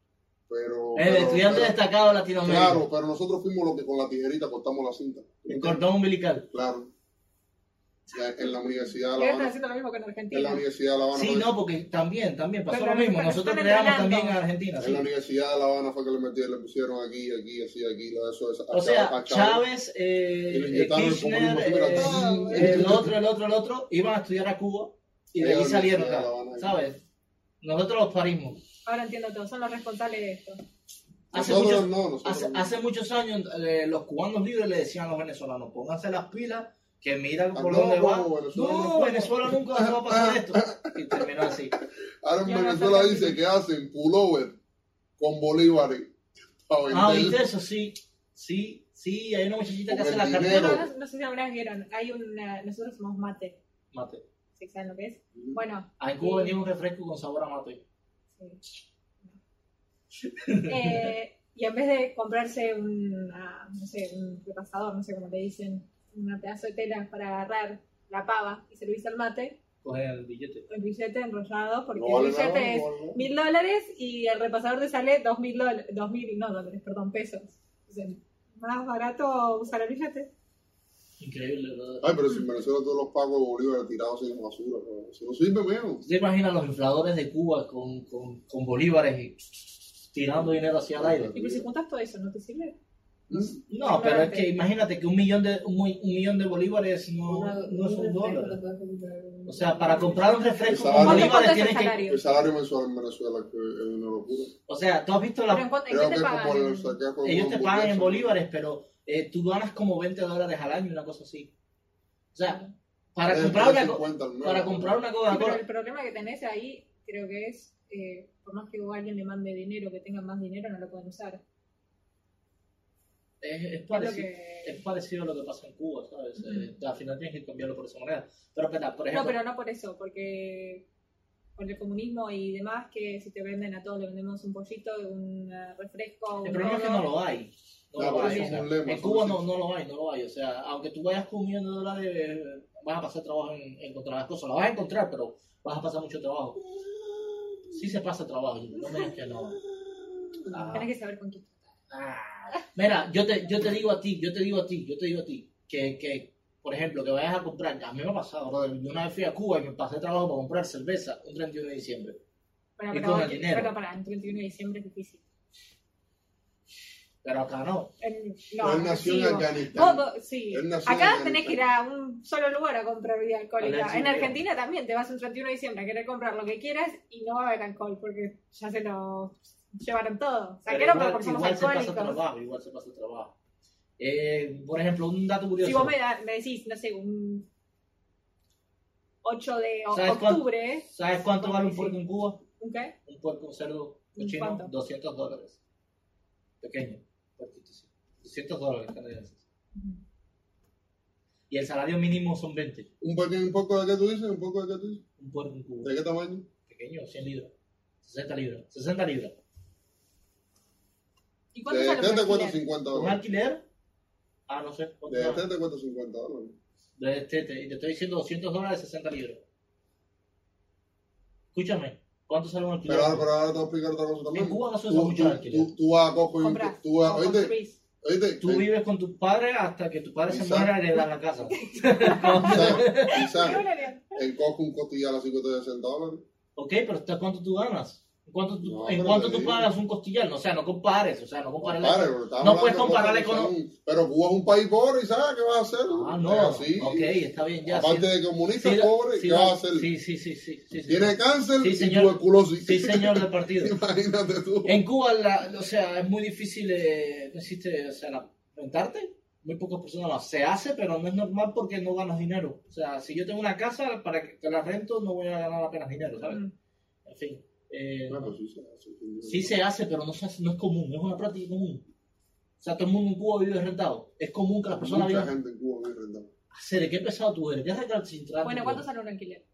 Pero,
El
pero-
estudiante
pero-
destacado de Latinoamérica.
Claro, pero nosotros fuimos los que con la tijerita cortamos la cinta.
El cordón umbilical.
Claro. Ya En la Universidad de La
Debe estar
Habana.
haciendo lo mismo que en
En la
Argentina.
Universidad de La Habana.
Sí,
fue-
no, porque también, también pasó
Pero
lo mismo.
están
Nosotros
entrenando.
creamos también en Argentina.
En la
sí.
Universidad de La Habana fue que le metieron, le pusieron aquí, aquí, así, aquí, la de eso, esa-
O
a Chávez,
sea,
a Chávez.
Chávez, eh,
Y le inyectaron el
Kirchner,
comunismo,
eh,
sí, mira,
el otro, el otro, el otro, iban a estudiar a Cuba y de
Ahí
allí
la
salieron,
Universidad de La
acá,
Habana.
¿sabes? Nosotros los parimos.
Ahora entiendo todo. Son los responsables de esto.
Hace
Nosotros
muchos,
no, nosotros
hace,
no.
hace muchos años eh, los cubanos libres le decían a los venezolanos, pónganse las pilas, que mira
Ah,
por
no,
dónde va.
Venezuela
no,
no.
Venezuela nunca se va a pasar esto. Y terminó así.
Ahora en
Ya no
Venezuela
sacan-
dice que hacen pullover con bolívares para vender.
Ah, ¿viste eso? Sí, sí, sí, hay una muchachita que
Con
hace
el
la
dinero.
cartera.
No, no- no sé si alguna vez vieron. Hay una, nosotros somos mate.
Mate.
Si saben lo que es. Bueno.
Ah, en Cuba venía un refresco con sabor a mate.
sí. Eh, y en vez de comprarse una, no sé, un repasador, no sé cómo le dicen, un pedazo de tela para agarrar la pava y servirse al mate,
Coge el billete.
el billete enrollado, porque
No vale
el billete
nada,
es
no vale nada.
mil dólares y el repasador te sale dos mil dólares, dos mil, no dólares, perdón, pesos. Dicen, más barato usar el billete.
Increíble, ¿verdad?
Ay, pero si en Venezuela todos los pagos de bolívares tirados en basura, bro. eso no sirve menos.
¿Tú te imaginas los infladores de Cuba con, con, con bolívares y tirando dinero hacia el aire?
Y pues si juntas todo eso, ¿no te sirve?
No, pero es que imagínate que un millón de, un, muy- un millón de bolívares no, no es un dólar. O sea, para comprar un refresco con
¿Cuánto
bolívares
cuesta
tienes
ese
que...
salario?
El salario mensual en Venezuela que es una locura.
O sea, tú has visto
Pero en
la...
cuanto- ¿en
Creo
qué
que
te
como
pagan?
lo saqué con
Ellos
una
te pagan en
hamburguesa.
bolívares, pero eh, tú ganas como 20 dólares al año, una cosa así. O sea, para
Es
comprar una, co-
3.50 al mes.
para comprar una
Sí, pero el
Coca-Cola...
problema que tenés ahí creo que es, eh, por más que alguien le mande dinero, que tenga más dinero, no lo pueden usar.
Es, es
Es lo
parecido.
que...
Es parecido a lo que pasa en Cuba, ¿sabes?
Ujú.
Eh, al final tienes que cambiarlo por esa moneda. Pero, espera, por
No,
ejemplo,
pero no por eso, porque con el comunismo y demás, que si te venden a todos, le vendemos un pollito, un eh, refresco, un
el problema es que
todo.
no lo hay. No
Claro,
lo
pero
hay.
eso
o
es
sea,
un lema,
en Cuba no,
sí.
no lo hay, no lo hay. O sea, aunque tú vayas con un millón de dólares, eh, vas a pasar trabajo en en encontrar las cosas. Las vas a encontrar, pero vas a pasar mucho trabajo. Sí se pasa trabajo, no me digas que no. Ah.
Tenés que saber con quién.
Ah, Mira, yo te, yo te digo a ti, yo te digo a ti, yo te digo a ti, que, que, por ejemplo, que vayas a comprar, a mí me ha pasado, brother, yo una vez fui a Cuba y me pasé trabajo para comprar cerveza un 31 de diciembre.
Bueno,
Y
pero,
con el
bueno,
dinero.
pero para el 31 de diciembre es difícil.
Pero acá no.
En-
Pero él nació en
sí,
Afganistán.
vos- vos- sí.
Él nació
Acá
en
tenés que ir a un solo lugar a comprar bebida
Ahora
alcohólica.
sí,
En
pero-
Argentina también te vas un 31 de diciembre a querer comprar lo que quieras y no va a haber alcohol porque ya se lo llevaron todo.
Pero
Saquearon
igual,
pero porque somos
igual se pasa
alcohólicos.
trabajo, igual se pasa trabajo. Eh, por ejemplo, un dato
Si
curioso.
vos me, da- me decís, no sé, un 8 de o-
¿Sabes cuánto-
octubre,
¿Sabes cuánto vale un
Sí.
puerco en Cuba?
¿un qué?
Un puerco, un cerdo
¿Un
cochino,
cuánto?
200 dólares. Pequeño, puerquito, sí. 200 dólares canadienses. Y el salario mínimo son 20.
Un, poco, un poco de qué tú dices, un poco de qué tú dices.
Un puerco en Cuba.
¿De qué tamaño?
pequeño, 100 libras, 60 libras, 60 libras.
¿Y
De
cuánto sale un
30 cuesta
alquiler?
50
Un
dólares.
alquiler, ah, no sé, ¿cuánto
De este
era?
30 cuesta 50 dólares.
De este, te, y te estoy diciendo 200 dólares, 60 libras. Escúchame, ¿cuánto sale un alquiler?
Pero ahora, pero ahora te voy a explicar otra cosa también.
en Cuba no se usa
Tú,
mucho el
tú,
alquiler.
tú, tú vas a Costco y un-
Comprás,
tú vas,
o
oíste,
construís.
oíste,
Tú vives con tus padres hasta que tu padre se
Exacto.
muera y le dan la casa.
quizás,
¿Qué
quizás,
dólares?
en Costco un costillar a 50 y 60 dólares.
ok, pero ¿hasta ¿cuánto tú ganas? ¿En cuánto tú,
No,
¿en
pero
cuánto
te
tú
digo.
pagas un costillar? No, O sea, no compares, o sea, no compares. la-
Compadre, pero estamos
no
hablando
puedes
de cosas
comparar la
que son- Pero Cuba es un país pobre y ¿sabes qué vas a hacer?
Ah, no,
Es así.
ok, está bien, ya.
Aparte
sí,
de comunista,
sí,
pobre,
sí,
¿qué vas a hacer?
Sí, sí, sí, sí. sí, sí.
Tiene cáncer
Sí,
y
señor.
tuberculosis.
Sí, señor del partido.
Imagínate tú.
En Cuba, la- o sea, es muy difícil, eh, no existe, o sea, la- rentarte. Muy pocas personas lo hacen. se hace, pero no es normal porque no ganas dinero. O sea, si yo tengo una casa para que te la rento, no voy a ganar apenas dinero, ¿sabes?
Mm.
En fin. eh,
No, pues sí se hace, sí.
sí se hace, pero no, se hace- no es común, no es una práctica común. O sea, todo el mundo en Cuba vive rentado. Es común que las personas
Mucha
vivan.
gente en Cuba vive rentado.
Hacer, qué pesado tú eres, qué recalcitrante.
Bueno,
tú
¿cuánto
eres.
sale un alquiler?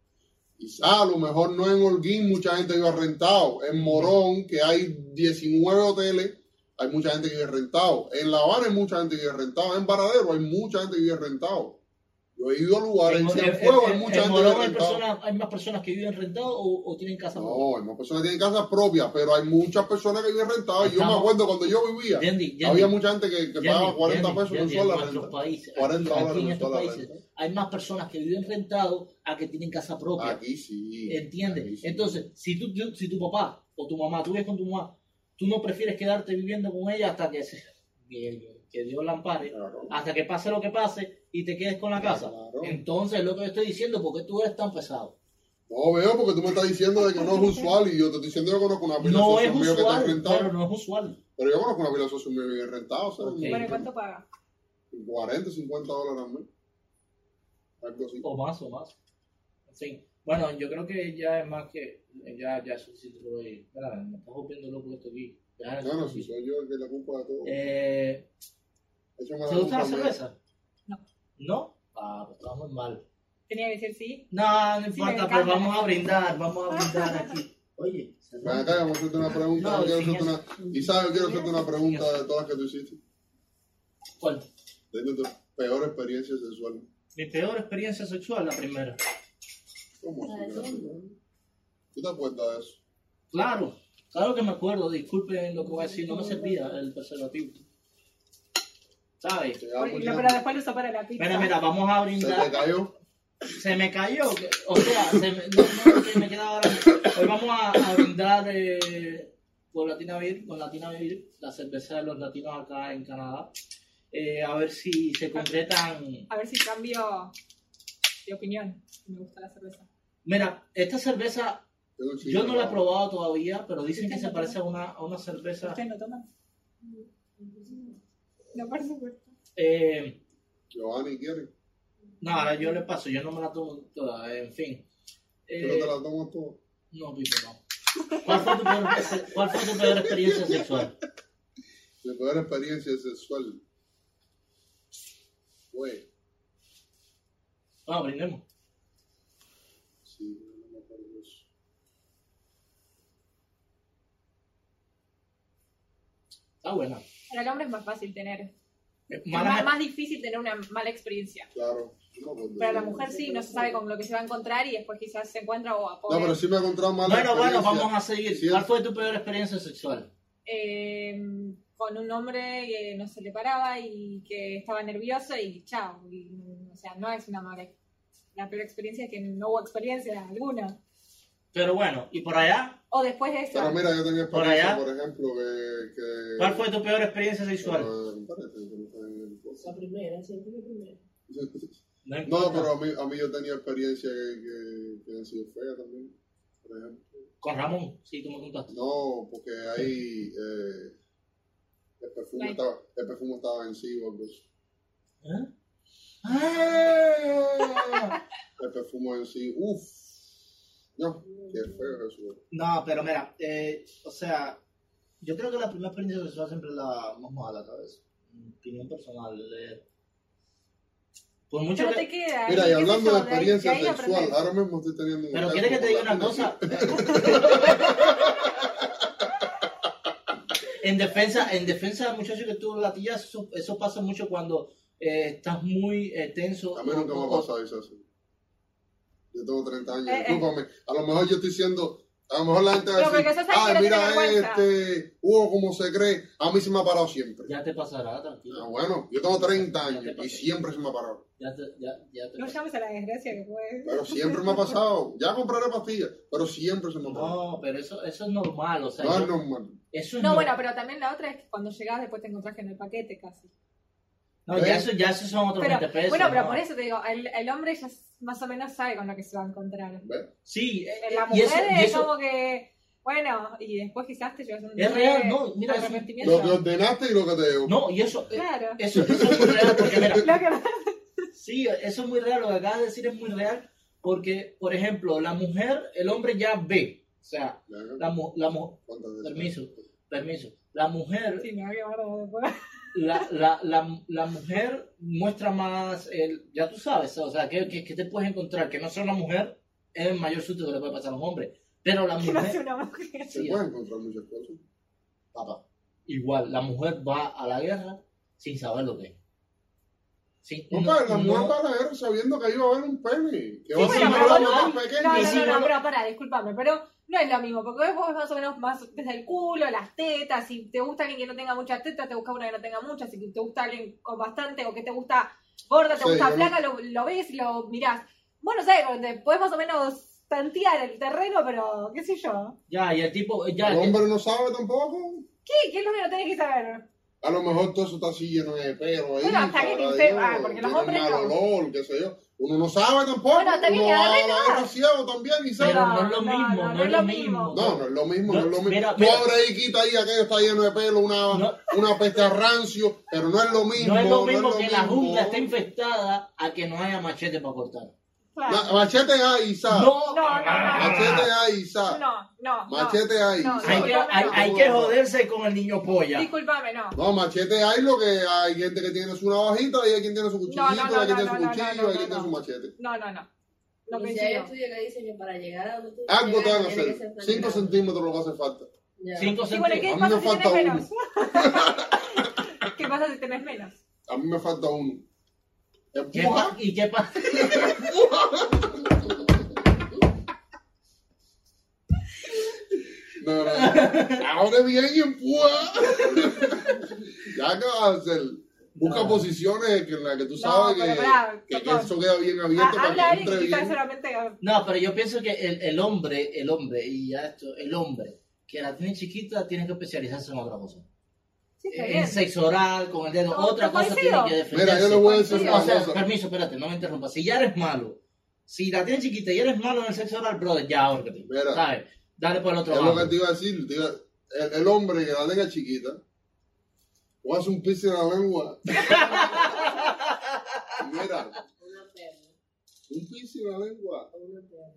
Quizá a lo mejor no en Holguín mucha gente vive rentado. En Morón, que hay 19 hoteles, hay mucha gente que vive rentado. En La Habana hay mucha gente que vive rentado. En Varadero hay mucha gente que vive rentado. Yo he ido a lugares, en
En- en-
Cienfuegos hay
en-
mucha
en
gente que
Morón
vive
hay,
rentado.
personas- hay más personas que viven rentado o, o tienen casa propia.
No, hay más personas que tienen casas propias, pero hay muchas personas que viven rentadas. Yo me
Estamos-
acuerdo cuando yo vivía,
Yendi, Yendi,
había mucha gente que, que
Yendi,
pagaba 40
Yendi,
pesos
Yendi,
mensual
en
la
nuestros
renta.
países,
40
aquí,
dólares
en estos
mensual la
países,
renta.
hay más personas que viven rentado a que tienen casa propia.
Ah, Aquí sí. aquí
¿Entiendes?
sí.
Entonces, si tú, tú- si tu papá o tu mamá, tú vives con tu mamá, tú no prefieres quedarte viviendo con ella hasta que se- bien, que Dios la ampare,
Claro.
hasta que pase lo que pase y te quedes con la casa.
Claro.
Entonces, lo que yo estoy diciendo, porque tú eres tan pesado?
No veo porque tú me estás diciendo de que no es usual y yo te estoy diciendo que yo conozco una pila de
No es
socios míos que están
usual,
rentados.
pero
Pero,
no es usual.
yo conozco una pila de socios míos que viven rentados. o sea,
Ok.
Bueno, ¿cuánto paga?
40, 50 dólares al mes. Algo así.
O más, o más. En fin. Bueno, yo creo que ya es más que. Ya, ya es suficiente por hoy. Espera, me estás volviendo loco esto aquí. Ya,
No, no, si soy yo el que la culpa de todo.
Eh,
Échame
¿Te gusta la
culpa a mí.
cerveza?
No.
¿No? Ah, pues estamos muy mal.
Tenía que decir sí.
No, no
Sí,
importa,
me
pero
encanta.
vamos a brindar, vamos a brindar aquí. Oye,
Ven acá, vamos a hacerte una pregunta.
No,
yo quiero
sin
hacerte una... Y sabes, yo quiero hacerte una pregunta de todas las que tú hiciste.
¿cuál?
De tu peor experiencia sexual.
Mi peor experiencia sexual, la primera.
¿Cómo
Ah,
La de
así?
fondo.
¿Tú te acuerdas de eso?
Claro, claro que me acuerdo, disculpen lo que voy a decir, no me servía el preservativo. ¿Sabes?
Te daba
Bueno,
mucha-
pero después lo uso para la pizza.
Mira, mira, vamos a
Ah, pues ¿Se
brindar.
te cayó?
se me cayó. que- O sea, se me, no, no, que me queda ahora. Hoy vamos a, a brindar eh, por Latina Beer, con Latina Beer, la cerveza de los latinos acá en Canadá. Eh, a ver si se concretan.
A ver si cambio de opinión. Me gusta la cerveza.
Mira, esta cerveza
Tengo el
yo no la he
cigarro.
probado todavía, pero dicen que se parece a una, a una cerveza.
¿Ustedes no toman? No, por supuesto.
Eh,
Giovanni quiere,
No, ahora yo le paso, yo no me la tomo toda, en fin. Eh,
pero te la tomas todo.
No, Pipo, no. ¿Cuál fue, tu peor, cuál fue tu peor experiencia sexual?
Mi peor experiencia sexual fue,
Vamos, brindemos.
sí, no me acuerdo eso.
Está buena.
Para el hombre es más fácil tener.
Eh,
Es
mala-
más, más difícil tener una mala experiencia.
Claro, no me acuerdo.
Pero la mujer sí, no se sabe con lo que se va a encontrar y después quizás se encuentra o apoya.
No, pero sí me ha encontrado mal.
Bueno, bueno, vamos a seguir.
Sí,
¿Cuál
es-
fue tu peor experiencia sexual?
Eh, con un hombre que no se le paraba y que estaba nervioso y chao. Y, o sea, no es una mala. La peor experiencia es que no hubo experiencia alguna.
Pero bueno, ¿y por allá?
O después de eso.
Pero mira, yo tenía
Por
experiencia,
allá.
por, ejemplo, que... que
¿Cuál fue tu peor experiencia sexual?
Eh, espérate, que no está en el post.
La primera, siempre la primera.
No,
No,
importa.
pero a mí, a mí yo tenía experiencia que, que, que han sido feas también, por ejemplo.
Con Ramón, sí, tú me contaste.
No, porque ahí eh, el, perfume
Like.
estaba, el perfume estaba vencido, algo así.
¿Eh? ¡Ah!
el perfume en sí, uff, no, qué feo eso.
No, pero mira, eh, o sea, yo creo que la primera experiencia sexual siempre es la más mala, ¿sabes? Mi Opinión personal. eh. Por mucho
Pero
que...
te queda.
Mira,
¿qué
y
es
hablando
eso?
de
ahí-
experiencia
ahí
sexual, ah.
aprendes.
ahora mismo estoy teniendo un
Pero
caso
quieres que te
con
diga
la
una
tía.
cosa. en defensa, en defensa del muchacho que tuvo latillazo, eso, eso pasa mucho cuando eh, estás muy eh, tenso.
A mí nunca me ha
O- o-
pasado eso. así. Yo tengo 30 años,
Eh, eh.
discúlpame. A lo mejor yo estoy siendo, a lo mejor la gente va
Pero
a decir,
porque eso es alguien
ay,
que tiene
mira
vergüenza".
este, Hugo, como se cree, a mí se me ha parado siempre.
Ya te pasará,
Ah,
tranquilo.
bueno, yo tengo 30
Ya te
años y
pasé.
siempre se me ha parado.
Ya te, ya, ya te
No
pasará.
llames a la desgracia que fue.
Pero siempre me ha pasado. Ya compraré pastillas, pero siempre se me ha parado.
No, pero eso, eso es normal, o sea,
No
yo-
es normal.
eso es
No,
nor-
bueno, pero también la otra es que cuando llegás después te encontrás que en el paquete casi.
No, ya
¿Eh?
eso, ya eso son otros
Pero,
20 pesos.
bueno, pero
¿no?
por eso te digo, el, el hombre ya s- más o menos sabe con lo que se va a encontrar.
¿Ves?
Sí, eh,
Pero La
y
mujer
eso, y
es
eso-
como que, bueno, y después quizás te llevas un
Es real, no, mira, eso-
arrepentimiento.
Lo que ordenaste y lo que te llevo.
no, y eso, eh,
Claro.
eso, eso es muy real, porque mira,
Lo que-
Sí, eso es muy real, lo que acabas de decir es muy real, porque, por ejemplo, la mujer, el hombre ya ve, o sea, la, mu- la mu-
¿Cuántas veces?
permiso, permiso, la mujer,
Sí, me va a quemar después.
la, la, la, la mujer muestra más, el, ya tú sabes, o sea, que, que, que te puedes encontrar, que no sea una mujer, es el mayor susto que le puede pasar a un hombre, pero la
Que no sea
mujer,
una mujer.
Se
sí,
pueden encontrar muchas cosas.
papá, igual, la mujer va a la guerra sin saber lo que es. Sí,
Compadre, la
no-
mujer va a la guerra sabiendo que iba a haber un pene. Que va
Sí,
a ser
bueno,
una
pero
bola
no,
más
No,
pequeña.
no,
Y si
no, no,
no-
pero pará, disculpame, pero no es lo mismo, porque vos más o menos más desde el culo, las tetas, si te gusta alguien que no tenga muchas tetas, te busca una que no tenga muchas, si te gusta alguien con bastante o que te gusta gorda, te
Sí, yo
gusta
no-
flaca, lo, lo ves, lo mirás. Bueno, sabes, te podés más o menos tantear el terreno, pero qué sé yo.
Ya, y el tipo, ya,
El
que-
hombre no sabe tampoco.
¿Qué? ¿Qué es lo que no tenés que saber?
A lo mejor todo eso está así lleno de pelo ahí.
Bueno, hasta que
sabrá
te-
Dios,
ah, porque los
tiene
hombres
mal
no.
olor, qué sé yo. Uno no sabe tampoco.
Bueno, está bien,
Uno
que
va a
agarre
la
nada.
guerra ciego también y sabe.
pero
No,
no, es lo
no,
mismo, no, es lo mismo.
No, no es lo mismo, no,
No,
es lo mismo.
mira,
Tú
mira.
abres ahí, quita ahí, aquello está lleno de pelo, una,
No.
una peste a rancio, pero no es lo mismo.
No es lo mismo
no
que la jungla
mismo.
esté infectada a que no haya machete para cortar. Ah,
Claro.
Ma- Machete ahí, ¿sabes?
No,
no, no.
Machete ahí, ¿sabes?
No, no, no.
Machete ahí.
No,
Hay
¿sabes?
que,
no,
hay,
no.
hay que joderse con el niño polla.
Disculpame, no.
No, machete hay lo que hay gente que tiene su navajita y hay quien tiene su cuchillito,
No, no, no,
hay quien tiene
no,
su
no,
cuchillo,
no, no,
hay quien
no.
tiene su machete.
No, no, no. No
y si hay
coincido.
estudios que dicen que para llegar a donde tú
Algo te
llegas,
van a
tiene que
hacer.
ser
5
sangrado.
centímetros lo que hace falta.
Ya.
Cinco
Sí, bueno, ¿y
centímetros.
¿qué
A mí
pasa
me
si
falta
tenés menos? ¿Qué pasa si tenés menos?
A mí me falta uno.
¿Qué pa-
Empuja.
¿Y qué pasa?
No, no, no. Ahora bien y empuja. ya que vas a hacer. Busca
No.
posiciones que en las que tú
No,
sabes
pero
que,
pará,
que- que
Chocó.
eso queda bien abierto
Ah, Habla
para que
alguien
entre
que quizás
bien.
solamente
No, pero yo pienso que el, el hombre, el hombre, y ya esto, el hombre que la tienen chiquita, tienen que especializarse en otra cosa.
Sí, está bien.
En sexo oral, con el dedo,
No,
otra
te
cosa
coincido.
tienen que defenderse.
Mira, yo le voy a decir
Sí,
O
una
sea,
cosa.
permiso, espérate, no me interrumpas. Si ya eres malo, si la tienes chiquita y eres malo en el sexo oral, brother, ya ahórcate.
Mira.
¿Sabes? Dale por el otro
Es lo que
lado.
te iba a decir. te iba- el, el hombre que la tenga chiquita, o hace un piercing en la lengua. Mira,
Una perra.
un piercing en la lengua.
Una perra.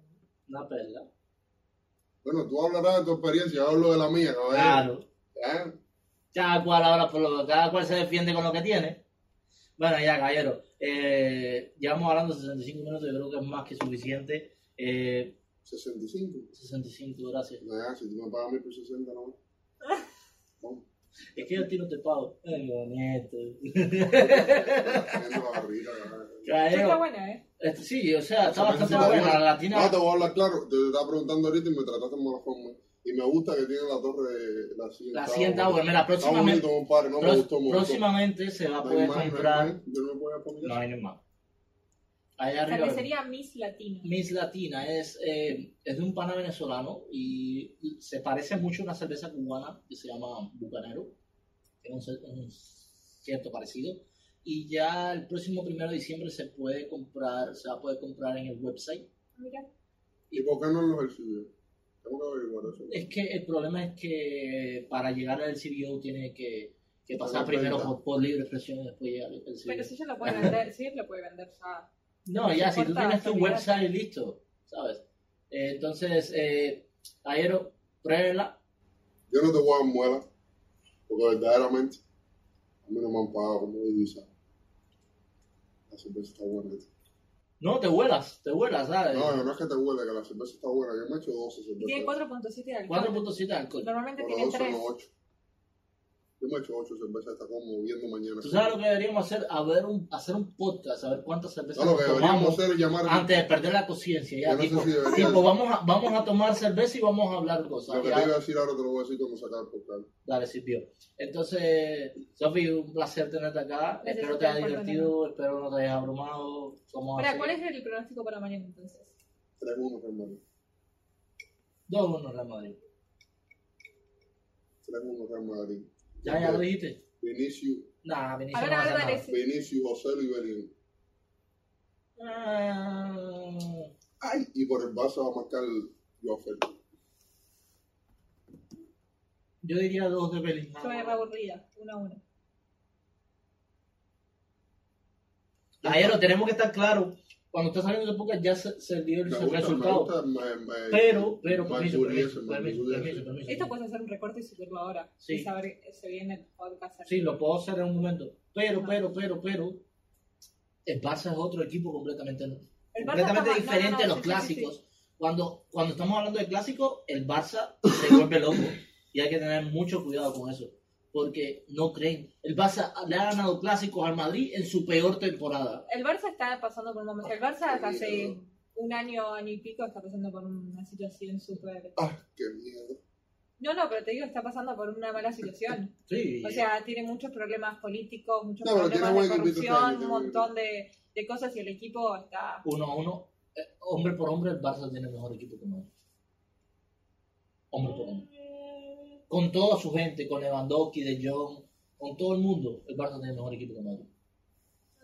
Una perla.
Bueno, tú hablarás de tu experiencia, yo hablo de la mía,
Ah.
caballero.
Claro.
¿Eh?
Cada cual habla por lo cada cual se defiende con lo que tiene. Bueno, ya, caballero. eh, llevamos hablando 65 minutos, yo creo que es más que suficiente. Eh,
65.
65, gracias.
Nah, Ah, si tú me pagas mil por 60, no. No,
Es que yo a ti no te pago. Ay, bonito.
tremenda barriga, caballero.
Pero está
Caballero,
buena, ¿eh?
este, sí, o sea, está
Eso me
bastante
gusta,
buena.
bueno.
La latina.
No, te voy a hablar claro. Te estaba preguntando ahorita y me trataste de mala forma. Y me gusta que tiene la torre, la silla.
La
está
sienta,
bonita.
bueno, mira,
Está bonito,
próximamente,
compadre. No me
pró-
gustó mucho.
próximamente se va a
No
poder
hay más, no hay
comprar.
más. Yo no voy a poner
No hay más. Allá arriba.
Cervecería Miss Latino.
Miss Latina es, eh, es de un pana venezolano y y se parece mucho a una cerveza cubana que se llama Bucanero. Tiene un, cer- un cierto parecido. Y ya el próximo primero de diciembre se puede comprar, se va a poder comprar en el website.
Ah, Mira,
¿Y por qué no los recibió? Tengo que averiguar eso.
Es que el problema es que para llegar al CBO tiene que, que pasar
Pagar
primero
cuenta.
por, por libre expresión y después llegar al CBO.
pero si ella lo puede vender, si él lo puede vender ya.
No, ya, si tú
importa,
tienes tu
sí,
website listo, ¿sabes? Eh, entonces, eh, Aero, pruébela.
Yo no te voy a dar muela, porque verdaderamente a mí no me han pagado como divisa. La cerveza está buena.
No, te vuelas, te vuelas, ¿sabes?
No, no, no es que te huele, que la cerveza está buena. Yo me he hecho 12 cervezas.
Y tiene 4.7 de alcohol.
4.7 de alcohol.
Normalmente
Bueno,
tiene
12
3.
no 8. Yo me he hecho 8 cervezas, está como viendo mañana.
¿Tú sabes lo que deberíamos hacer? A ver un, hacer un podcast, a ver cuántas cervezas
No, lo
nos
que
tomamos
deberíamos hacer es llamar.
antes de perder la conciencia. Ya,
Yo no sé
tipo,
si debería-
tipo, vamos, a, vamos a tomar cerveza y vamos a hablar cosas.
Lo que
ya.
te iba a decir ahora te lo voy a decir cuando se acabe el podcast.
Dale, sirvió. Entonces, Sofi, un placer tenerte acá.
Gracias
espero
a
te
ustedes
haya
por
divertido, espero no te hayas abrumado. Somos
Espera,
así.
¿cuál es el pronóstico para mañana entonces?
3-1, hermano.
2-1 Real Madrid.
3-1 Real Madrid.
¿Ya, ya lo dijiste?
Vinicius,
Nah, Vinicius
A ver,
no
a
va
ver,
hacer
dale.
nada.
sí.
Vinicius, José Luis Bellingham.
Ah,
Ay, y por el Barça va a marcar Joao Félix.
Yo diría 2 de
Yo voy a ir
Bellingham.
aburrida, 1 a 1.
Ayer tenemos que estar claro. Cuando está saliendo de época ya se, se dio el
Me gusta, me
resultado.
gusta, me, me,
Pero, pero,
me
permiso,
enorgullece,
permiso,
me
permiso,
enorgullece.
permiso, permiso.
Esto puedes hacer un recorte y subirlo ahora.
Sí.
Y saber que se viene el podcast.
Sí, lo puedo hacer en un momento. Pero,
Ah.
pero, pero, pero. El Barça es otro equipo completamente,
El Barça está
completamente
mal. No,
diferente
no, no,
a los
sí, sí,
clásicos.
sí,
Cuando, cuando estamos hablando de clásicos, el Barça se vuelve loco. Y hay que tener mucho cuidado con eso. Porque no creen. El Barça le ha ganado clásicos al Madrid en su peor temporada.
sí. El Barça está pasando por un momento. El Barça
Sí,
hace
no.
un año, año y pico está pasando por una situación súper.
Ah, qué miedo.
No, no, pero te digo, está pasando por una mala situación.
Sí.
O sea, tiene muchos problemas políticos, muchos
No, pero tiene
problemas de
buen equipito este año,
corrupción, un
tiene buen
montón de, de cosas y el equipo está.
uno a uno, eh, hombre por hombre, el Barça tiene mejor equipo que nosotros. Hombre por hombre.
Mm,
Con toda su gente, con Lewandowski, De Jong, con todo el mundo, el Barça tiene mejor equipo que nosotros.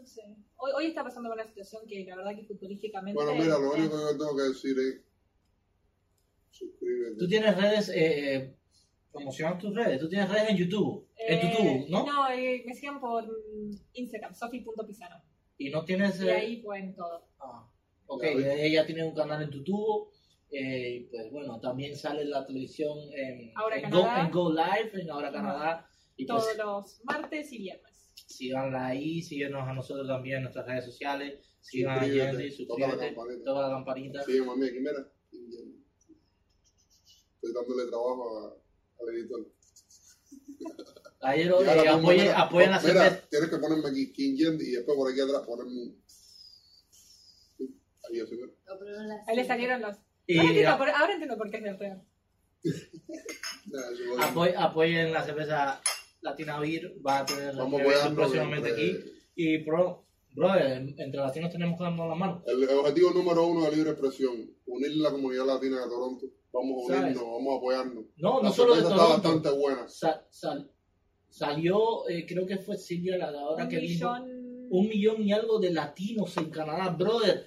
No sé. Hoy, hoy está pasando por una situación que la verdad que futbolísticamente.
Bueno, mira, lo
eh,
único que yo tengo que decir es. Suscríbete.
Tú tienes redes, eh, eh, promocionas tus redes, tú tienes redes en YouTube, en
eh,
YouTube, ¿no?
No, eh, me siguen por mm, Instagram, sofi.pisano.
Y no tienes...
Y
eh,
ahí pueden todo.
ah, ok,
Ya, ¿viste?
ella tiene un canal en YouTube. eh, y pues bueno, también sale en la televisión en,
Ahora
en Go,
Canadá.
en Go Live, en Ahora Canadá. Y pues,
Todos los martes y viernes.
síganla ahí, síguenos a nosotros también en nuestras redes sociales, sigan a
Suscríbete,
Yendi,
toca la
suscríbete,
campanita.
toca la campanita.
Sí, mami, aquí mira. Estoy dándole trabajo a, al editor.
Ayer
Y ahora
eh,
mismo,
apoyen,
mira,
apoyen la
Mira,
cerveza.
tienes que ponerme aquí King Yendi y después por aquí atrás ponerme. un- Ahí, así, mira.
No, pero no la
Ahí le
sé.
salieron los.
Y
ahora, entiendo
a-
por, ahora entiendo por qué es del Real.
Ya, yo voy.
apoy- apoyen la cerveza Latina Beer, va a tener
Vamos
un
a
evento
apoyarnos
próximamente
entre-
aquí. Y bro, brother, entre latinos tenemos que darnos la mano.
El objetivo número uno de la libre expresión, unir la comunidad latina de Toronto Vamos a
¿Sabes?
unirnos, vamos a apoyarnos.
No,
la
no solo de
sorpresa está
Toronto.
bastante buena.
Sa- sal- salió, eh, creo que fue Silvia la ahora
Un
que dijo
millón-
Ah, un millón y algo de latinos en Canadá, brother.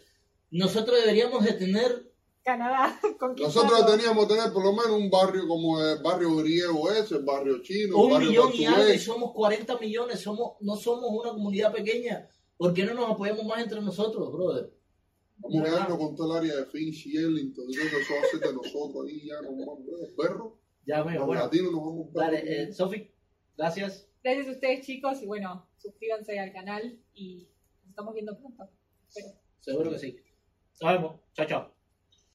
Nosotros deberíamos de tener,
Canadá conquistado.
Nosotros teníamos que tener por lo menos un barrio como el barrio griego ese, el barrio chino, el
un
barrio
millón y algo y
portugués.
somos 40 millones, somos, no somos una comunidad pequeña. ¿Por qué no nos apoyamos más entre nosotros, brother?
Vamos a
¿Verdad?
quedarnos con todo el área de Finch y Ellington. Yo creo que eso va a ser de nosotros ahí ya. Nos vamos a perros.
Ya veo,
Los
bueno.
latinos nos vamos a
Dale, eh, Sofi, gracias.
Gracias a ustedes, chicos, y bueno, suscríbanse al canal y nos estamos viendo pronto. Espero.
Seguro que sí. Nos vemos. Chao, chao.